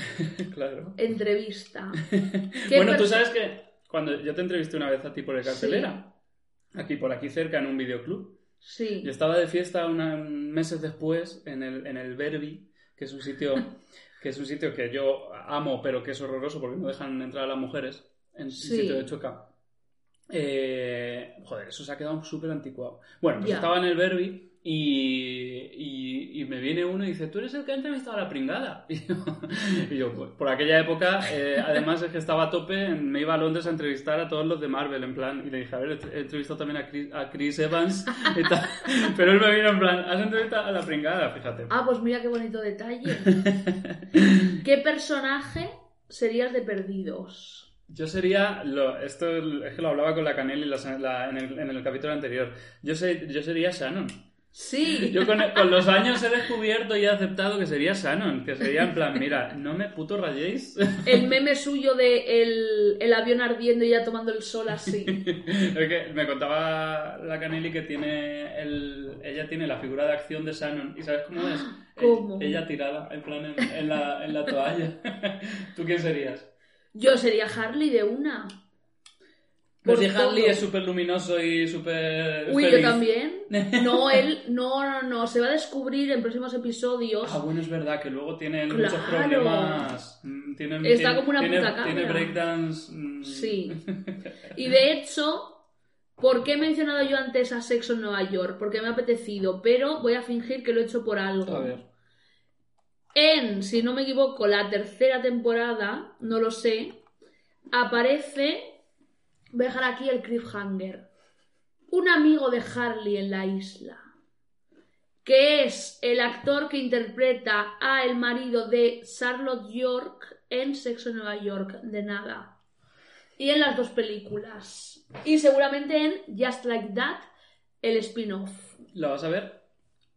Speaker 2: Claro.
Speaker 3: Entrevista. ¿Qué
Speaker 2: Bueno, tú
Speaker 3: pers-
Speaker 2: sabes que cuando yo te entrevisté una vez a ti por el cartelera, aquí por aquí cerca, en un videoclub,
Speaker 3: Sí.
Speaker 2: yo estaba de fiesta una- meses después en el, en el Verbi, que es un sitio que es un sitio que yo amo, pero que es horroroso porque no dejan entrar a las mujeres en un
Speaker 3: Sí.
Speaker 2: sitio de choca. Eh, joder, eso se ha quedado súper anticuado. Bueno, pues
Speaker 3: Ya.
Speaker 2: estaba en el Verbi y, y- y me viene uno y dice, tú eres el que ha entrevistado a la pringada. Y yo, y yo, pues, por aquella época, eh, además es que estaba a tope, en- me iba a Londres a entrevistar a todos los de Marvel, en plan, y le dije, a ver, he entrevistado también a Chris, a Chris Evans y tal. Pero él me vino en plan, has entrevistado a la pringada, fíjate.
Speaker 3: Ah, pues mira qué bonito detalle. ¿Qué personaje serías de perdidos?
Speaker 2: Yo sería, lo- esto es que lo hablaba con la Canel y la- la- en, el, en el capítulo anterior, yo, sé, yo sería Shannon.
Speaker 3: Sí.
Speaker 2: Yo con, con los años he descubierto y he aceptado que sería Shannon, que sería en plan, mira, no me puto rayéis.
Speaker 3: El meme suyo de el, el avión ardiendo y ya tomando el sol así.
Speaker 2: Es que me contaba la Canelli que tiene el, ella tiene la figura de acción de Shannon y ¿sabes cómo es?
Speaker 3: ¿Cómo?
Speaker 2: E- Ella, tirada, en plan en, en la, en la toalla. ¿Tú quién serías?
Speaker 3: Yo sería Harley de una.
Speaker 2: Pues
Speaker 3: Por
Speaker 2: si Harley
Speaker 3: todo.
Speaker 2: es súper luminoso y súper
Speaker 3: Uy,
Speaker 2: feliz.
Speaker 3: yo también. No, él, no, no, no, se va a descubrir en próximos episodios.
Speaker 2: Ah, bueno, es verdad que luego tienen
Speaker 3: Claro.
Speaker 2: muchos problemas. Mm, Tienen,
Speaker 3: Está
Speaker 2: tienen-
Speaker 3: como una
Speaker 2: tiene,
Speaker 3: puta cabra.
Speaker 2: Tiene breakdance. mm,
Speaker 3: Sí. Y de hecho, ¿por qué he mencionado yo antes a Sexo en Nueva York? Porque me ha apetecido, pero voy a fingir que lo he hecho por algo.
Speaker 2: A ver.
Speaker 3: En, si no me equivoco, la tercera temporada, no lo sé, aparece. Voy a dejar aquí el cliffhanger. Un amigo de Harley en la isla. Que es el actor que interpreta a el marido de Charlotte York en Sexo en Nueva York. De nada. y en las dos películas. Y seguramente en Just Like That, el spin-off.
Speaker 2: ¿La vas a ver?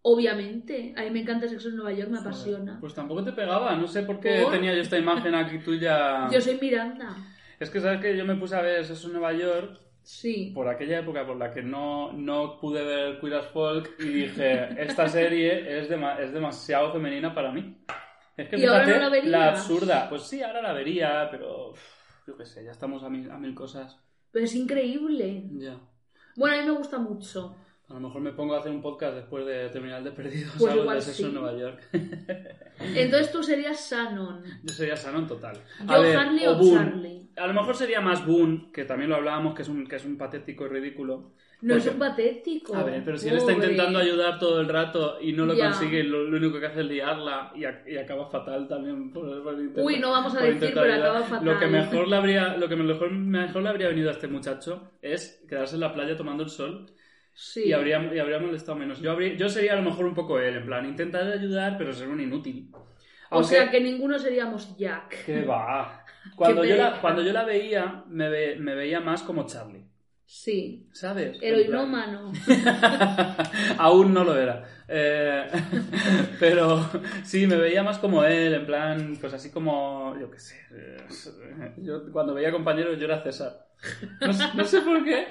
Speaker 3: Obviamente, a mí me encanta Sexo en Nueva York, me apasiona.
Speaker 2: Pues tampoco te pegaba, no sé por qué
Speaker 3: ¿Por?
Speaker 2: tenía yo esta imagen aquí tuya.
Speaker 3: Yo soy Miranda.
Speaker 2: Es que sabes que yo me puse a ver Sexo en Nueva York
Speaker 3: Sí.
Speaker 2: por aquella época por la que no, no pude ver Queer as Folk y dije, esta serie es, dema- es demasiado femenina para mí. Es que
Speaker 3: ¿Y ahora
Speaker 2: fíjate
Speaker 3: no la verías?
Speaker 2: la absurda. Pues sí, ahora la vería, pero uf, yo qué sé, ya estamos a mil, a mil cosas.
Speaker 3: Pero es increíble.
Speaker 2: Ya.
Speaker 3: Bueno, a mí me gusta mucho.
Speaker 2: A lo mejor me pongo a hacer un podcast después de terminar el desperdido,
Speaker 3: Pues
Speaker 2: ¿sabes?
Speaker 3: igual
Speaker 2: De sexo
Speaker 3: sí.
Speaker 2: en Nueva York.
Speaker 3: Entonces tú serías Shannon.
Speaker 2: Yo sería Shannon total.
Speaker 3: Yo Harley o
Speaker 2: Boone.
Speaker 3: Charlie.
Speaker 2: A lo mejor sería más Boone, que también lo hablábamos, que es un, que es un patético y ridículo.
Speaker 3: No
Speaker 2: Porque-
Speaker 3: es un patético.
Speaker 2: Pues A ver, pero si él está
Speaker 3: pobre.
Speaker 2: intentando ayudar todo el rato y no lo
Speaker 3: Ya.
Speaker 2: consigue, lo, lo único que hace es liarla y, ac- y acaba fatal también por, por intentar-
Speaker 3: Uy, no vamos a
Speaker 2: por
Speaker 3: decir,
Speaker 2: intentar
Speaker 3: pero
Speaker 2: ayudar.
Speaker 3: acaba fatal.
Speaker 2: Lo que mejor le habría, lo que mejor, mejor le habría venido a este muchacho es quedarse en la playa tomando el sol
Speaker 3: Sí.
Speaker 2: y, habría, y habría molestado menos. Yo, habría- yo sería a lo mejor un poco él, en plan, intentar ayudar, pero ser un inútil.
Speaker 3: O sea que ninguno seríamos Jack.
Speaker 2: ¡Qué va! Cuando, yo la,
Speaker 3: pereza.
Speaker 2: cuando yo la veía, me, ve- me veía más como Charlie,
Speaker 3: Sí.
Speaker 2: ¿sabes? En plan-
Speaker 3: Heroinómano.
Speaker 2: Aún no lo era. Eh, pero sí, me veía más como él, en plan, pues así como, yo qué sé. eh, Yo, cuando veía compañeros yo era César. No, sé- no sé por qué.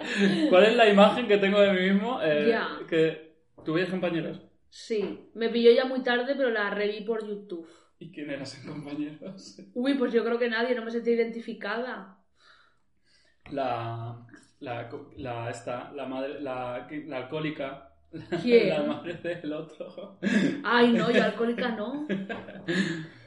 Speaker 2: ¿Cuál es la imagen que tengo de mí mismo? Eh,
Speaker 3: Ya.
Speaker 2: Que tuviese compañeros.
Speaker 3: Sí. Me pilló ya muy tarde, pero la reví por YouTube.
Speaker 2: ¿Y quién eras en compañeros?
Speaker 3: Uy, pues yo creo que nadie, no me sentí identificada.
Speaker 2: La, la, co- la, esta, la madre, la, la alcohólica.
Speaker 3: ¿Quién?
Speaker 2: La madre del otro.
Speaker 3: Ay, no, yo alcohólica no.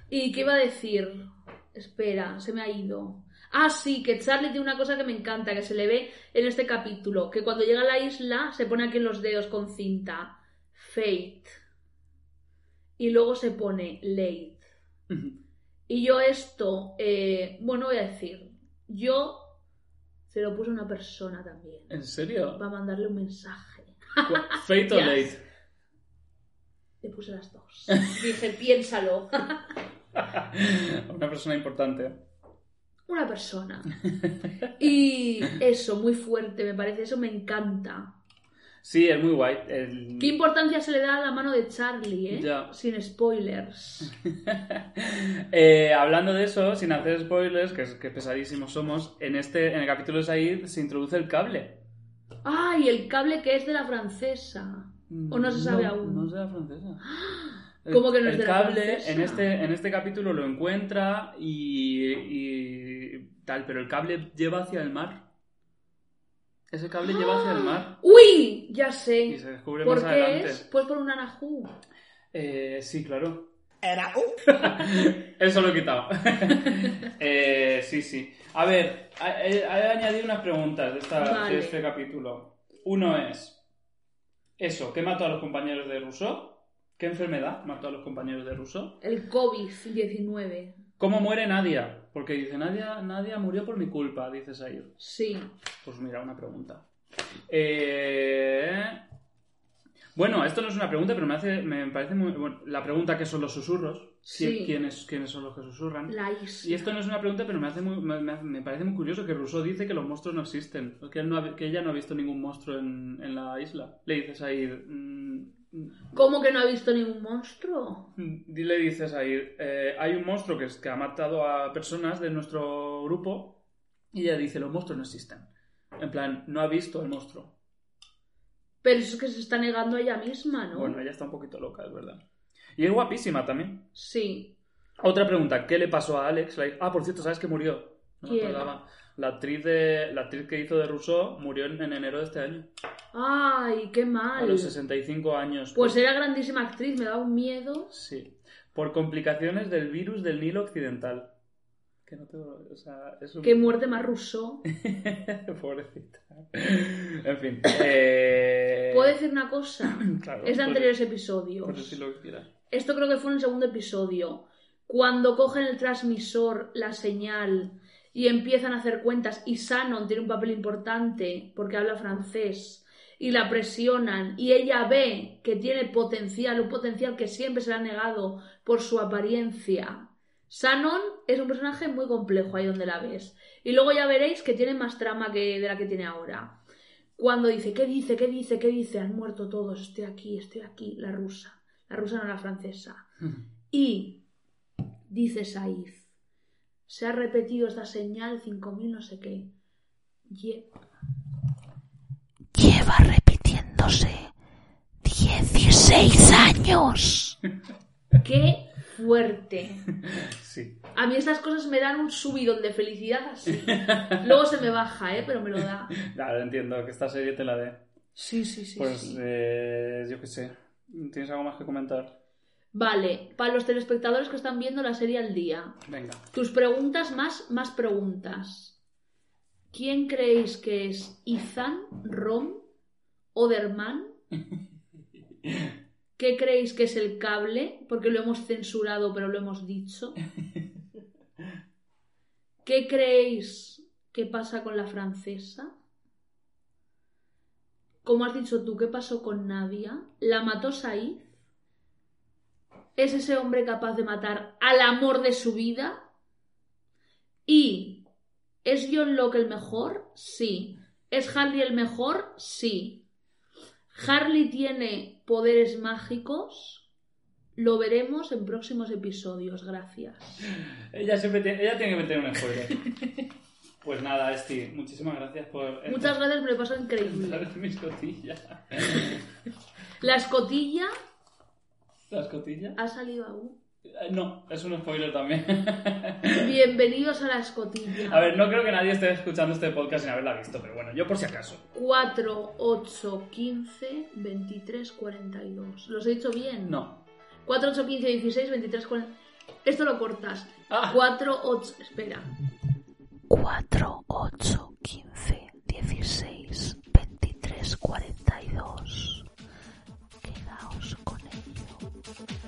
Speaker 3: ¿Y qué iba a decir? Espera, se me ha ido. Ah, sí, que Charlie tiene una cosa que me encanta, que se le ve en este capítulo, que cuando llega a la isla se pone aquí en los dedos con cinta, fate. Y luego se pone late. Y yo esto, eh, bueno, voy a decir, yo se lo puse a una persona también,
Speaker 2: ¿En serio?
Speaker 3: para mandarle un mensaje.
Speaker 2: Cu- Fate o
Speaker 3: Yes.
Speaker 2: late.
Speaker 3: Le puse las dos. Dije, piénsalo.
Speaker 2: Una persona importante.
Speaker 3: Una persona. Y eso, muy fuerte, me parece. Eso me encanta.
Speaker 2: Sí, es muy guay. El-
Speaker 3: ¿Qué importancia se le da a la mano de Charlie, eh?
Speaker 2: Ya.
Speaker 3: Sin spoilers.
Speaker 2: Eh, hablando de eso, sin hacer spoilers, que, que pesadísimos somos, en este, en el capítulo de Said se introduce el cable.
Speaker 3: ¡Ay! el cable que es de la francesa. ¿O no se sabe aún?
Speaker 2: No es de la francesa. El-
Speaker 3: ¿Cómo que no es
Speaker 2: el
Speaker 3: de la
Speaker 2: cable
Speaker 3: francesa?
Speaker 2: En este, en este capítulo lo encuentra y, y tal, pero el cable lleva hacia el mar. Ese cable lleva hacia el mar.
Speaker 3: Ah. ¡Uy! Ya
Speaker 2: Y
Speaker 3: sé.
Speaker 2: se descubre
Speaker 3: ¿Por
Speaker 2: más
Speaker 3: qué
Speaker 2: adelante.
Speaker 3: es? Pues por un anajú.
Speaker 2: Eh, sí, claro.
Speaker 1: Era
Speaker 2: Eso lo he quitado. Eh, sí, sí. A ver, he, he- he añadido unas preguntas de, esta-
Speaker 3: Vale.
Speaker 2: de este capítulo. Uno es, eso, ¿qué mató a los compañeros de Rousseau? ¿Qué enfermedad mató a los compañeros de Rousseau?
Speaker 3: El COVID-19.
Speaker 2: ¿Cómo muere Nadia? Porque dice, Nadia, Nadia murió por mi culpa, dice Said.
Speaker 3: Sí.
Speaker 2: Pues mira, una pregunta. Eh, Bueno, esto no es una pregunta, pero me, hace, me parece muy... Bueno, la pregunta que son los susurros. ¿Qui-
Speaker 3: Sí.
Speaker 2: ¿Quiénes, ¿Quiénes son los que susurran?
Speaker 3: La isla.
Speaker 2: Y esto no es una pregunta, pero me, hace muy- me, me hace- me parece muy curioso que Rousseau dice que los monstruos no existen, que, él no ha- que ella no ha visto ningún monstruo en, en la isla. Le dices mm, ahí,
Speaker 3: ¿Cómo que no ha visto ningún monstruo?
Speaker 2: le dices ahí, hay un monstruo que, es- que ha matado a personas de nuestro grupo y ella dice, los monstruos no existen. En plan, no ha visto el monstruo.
Speaker 3: Pero eso es que se está negando a ella misma, ¿no?
Speaker 2: Bueno, ella está un poquito loca, es verdad. Y es guapísima también.
Speaker 3: Sí.
Speaker 2: Otra pregunta, ¿qué le pasó a Alex? La hij- Ah, por cierto, ¿sabes que murió? No me
Speaker 3: ¿Quién?
Speaker 2: acordaba. La actriz, de, la actriz que hizo de Rousseau murió en- en enero de este año.
Speaker 3: ¡Ay, qué mal!
Speaker 2: A los 65 años.
Speaker 3: Pues
Speaker 2: por,
Speaker 3: era grandísima actriz, me daba un miedo.
Speaker 2: Sí. Por complicaciones del virus del Nilo Occidental. Que no te... O sea, es un...
Speaker 3: Qué muerte más ruso.
Speaker 2: Pobrecita. En fin. Eh...
Speaker 3: ¿Puedo decir una cosa?
Speaker 2: Claro,
Speaker 3: Es de
Speaker 2: pues-
Speaker 3: anteriores episodios.
Speaker 2: pues si lo que quieras.
Speaker 3: Esto creo que fue en el segundo episodio. Cuando cogen el transmisor, la señal, y empiezan a hacer cuentas, y Shannon tiene un papel importante porque habla francés, y la presionan, y ella ve que tiene potencial, un potencial que siempre se le ha negado por su apariencia, Shannon es un personaje muy complejo ahí donde la ves. Y luego ya veréis que tiene más trama que de la que tiene ahora. Cuando dice, ¿qué dice? ¿Qué dice? ¿Qué dice? Han muerto todos, estoy aquí, estoy aquí, la rusa. La rusa no la francesa. Y dice Saiz, se ha repetido esta señal 5000 no sé qué. Ye-
Speaker 1: Lleva repitiéndose 16 años.
Speaker 3: ¡Qué fuerte!
Speaker 2: Sí.
Speaker 3: A mí estas cosas me dan un subidón de felicidad así. Luego se me baja, ¿eh? Pero me lo da.
Speaker 2: Claro, entiendo que esta serie te la dé.
Speaker 3: Sí, sí, sí.
Speaker 2: Pues
Speaker 3: sí.
Speaker 2: eh, yo qué sé. ¿Tienes algo más que comentar?
Speaker 3: Vale, para los telespectadores que están viendo la serie al día,
Speaker 2: Venga.
Speaker 3: tus preguntas más, más preguntas. ¿Quién creéis que es Ethan, Rom, Oderman? ¿Qué creéis que es el cable? Porque lo hemos censurado, pero lo hemos dicho. ¿Qué creéis que pasa con la francesa? Como has dicho tú, ¿qué pasó con Nadia? ¿La mató Said? ¿Es ese hombre capaz de matar al amor de su vida? ¿Y es John Locke el mejor? Sí. ¿Es Harley el mejor? Sí. ¿Harley tiene poderes mágicos? Lo veremos en próximos episodios. Gracias.
Speaker 2: Ella siempre tiene, ella tiene que meter un spoiler. pues nada, Esti, muchísimas gracias por...
Speaker 3: Muchas gracias, me lo he pasado increíble.
Speaker 2: gracias. Mis cotillas.
Speaker 3: La escotilla
Speaker 2: ¿Las cotillas?
Speaker 3: ha salido aún.
Speaker 2: Eh, No, es un spoiler también.
Speaker 3: Bienvenidos a la
Speaker 2: A
Speaker 3: escotilla.
Speaker 2: ver, no creo que nadie esté escuchando este podcast sin haberla visto, pero bueno, yo por si acaso.
Speaker 3: 4, 8, 15, 23, 42. ¿Los he dicho bien?
Speaker 2: No.
Speaker 3: 4, 8, 15, 16, 23, 40. Esto lo cortas.
Speaker 2: Ah.
Speaker 3: 4, 8. Espera.
Speaker 1: 4, 8, 15, 16, 23, 42. Quedaos con ello.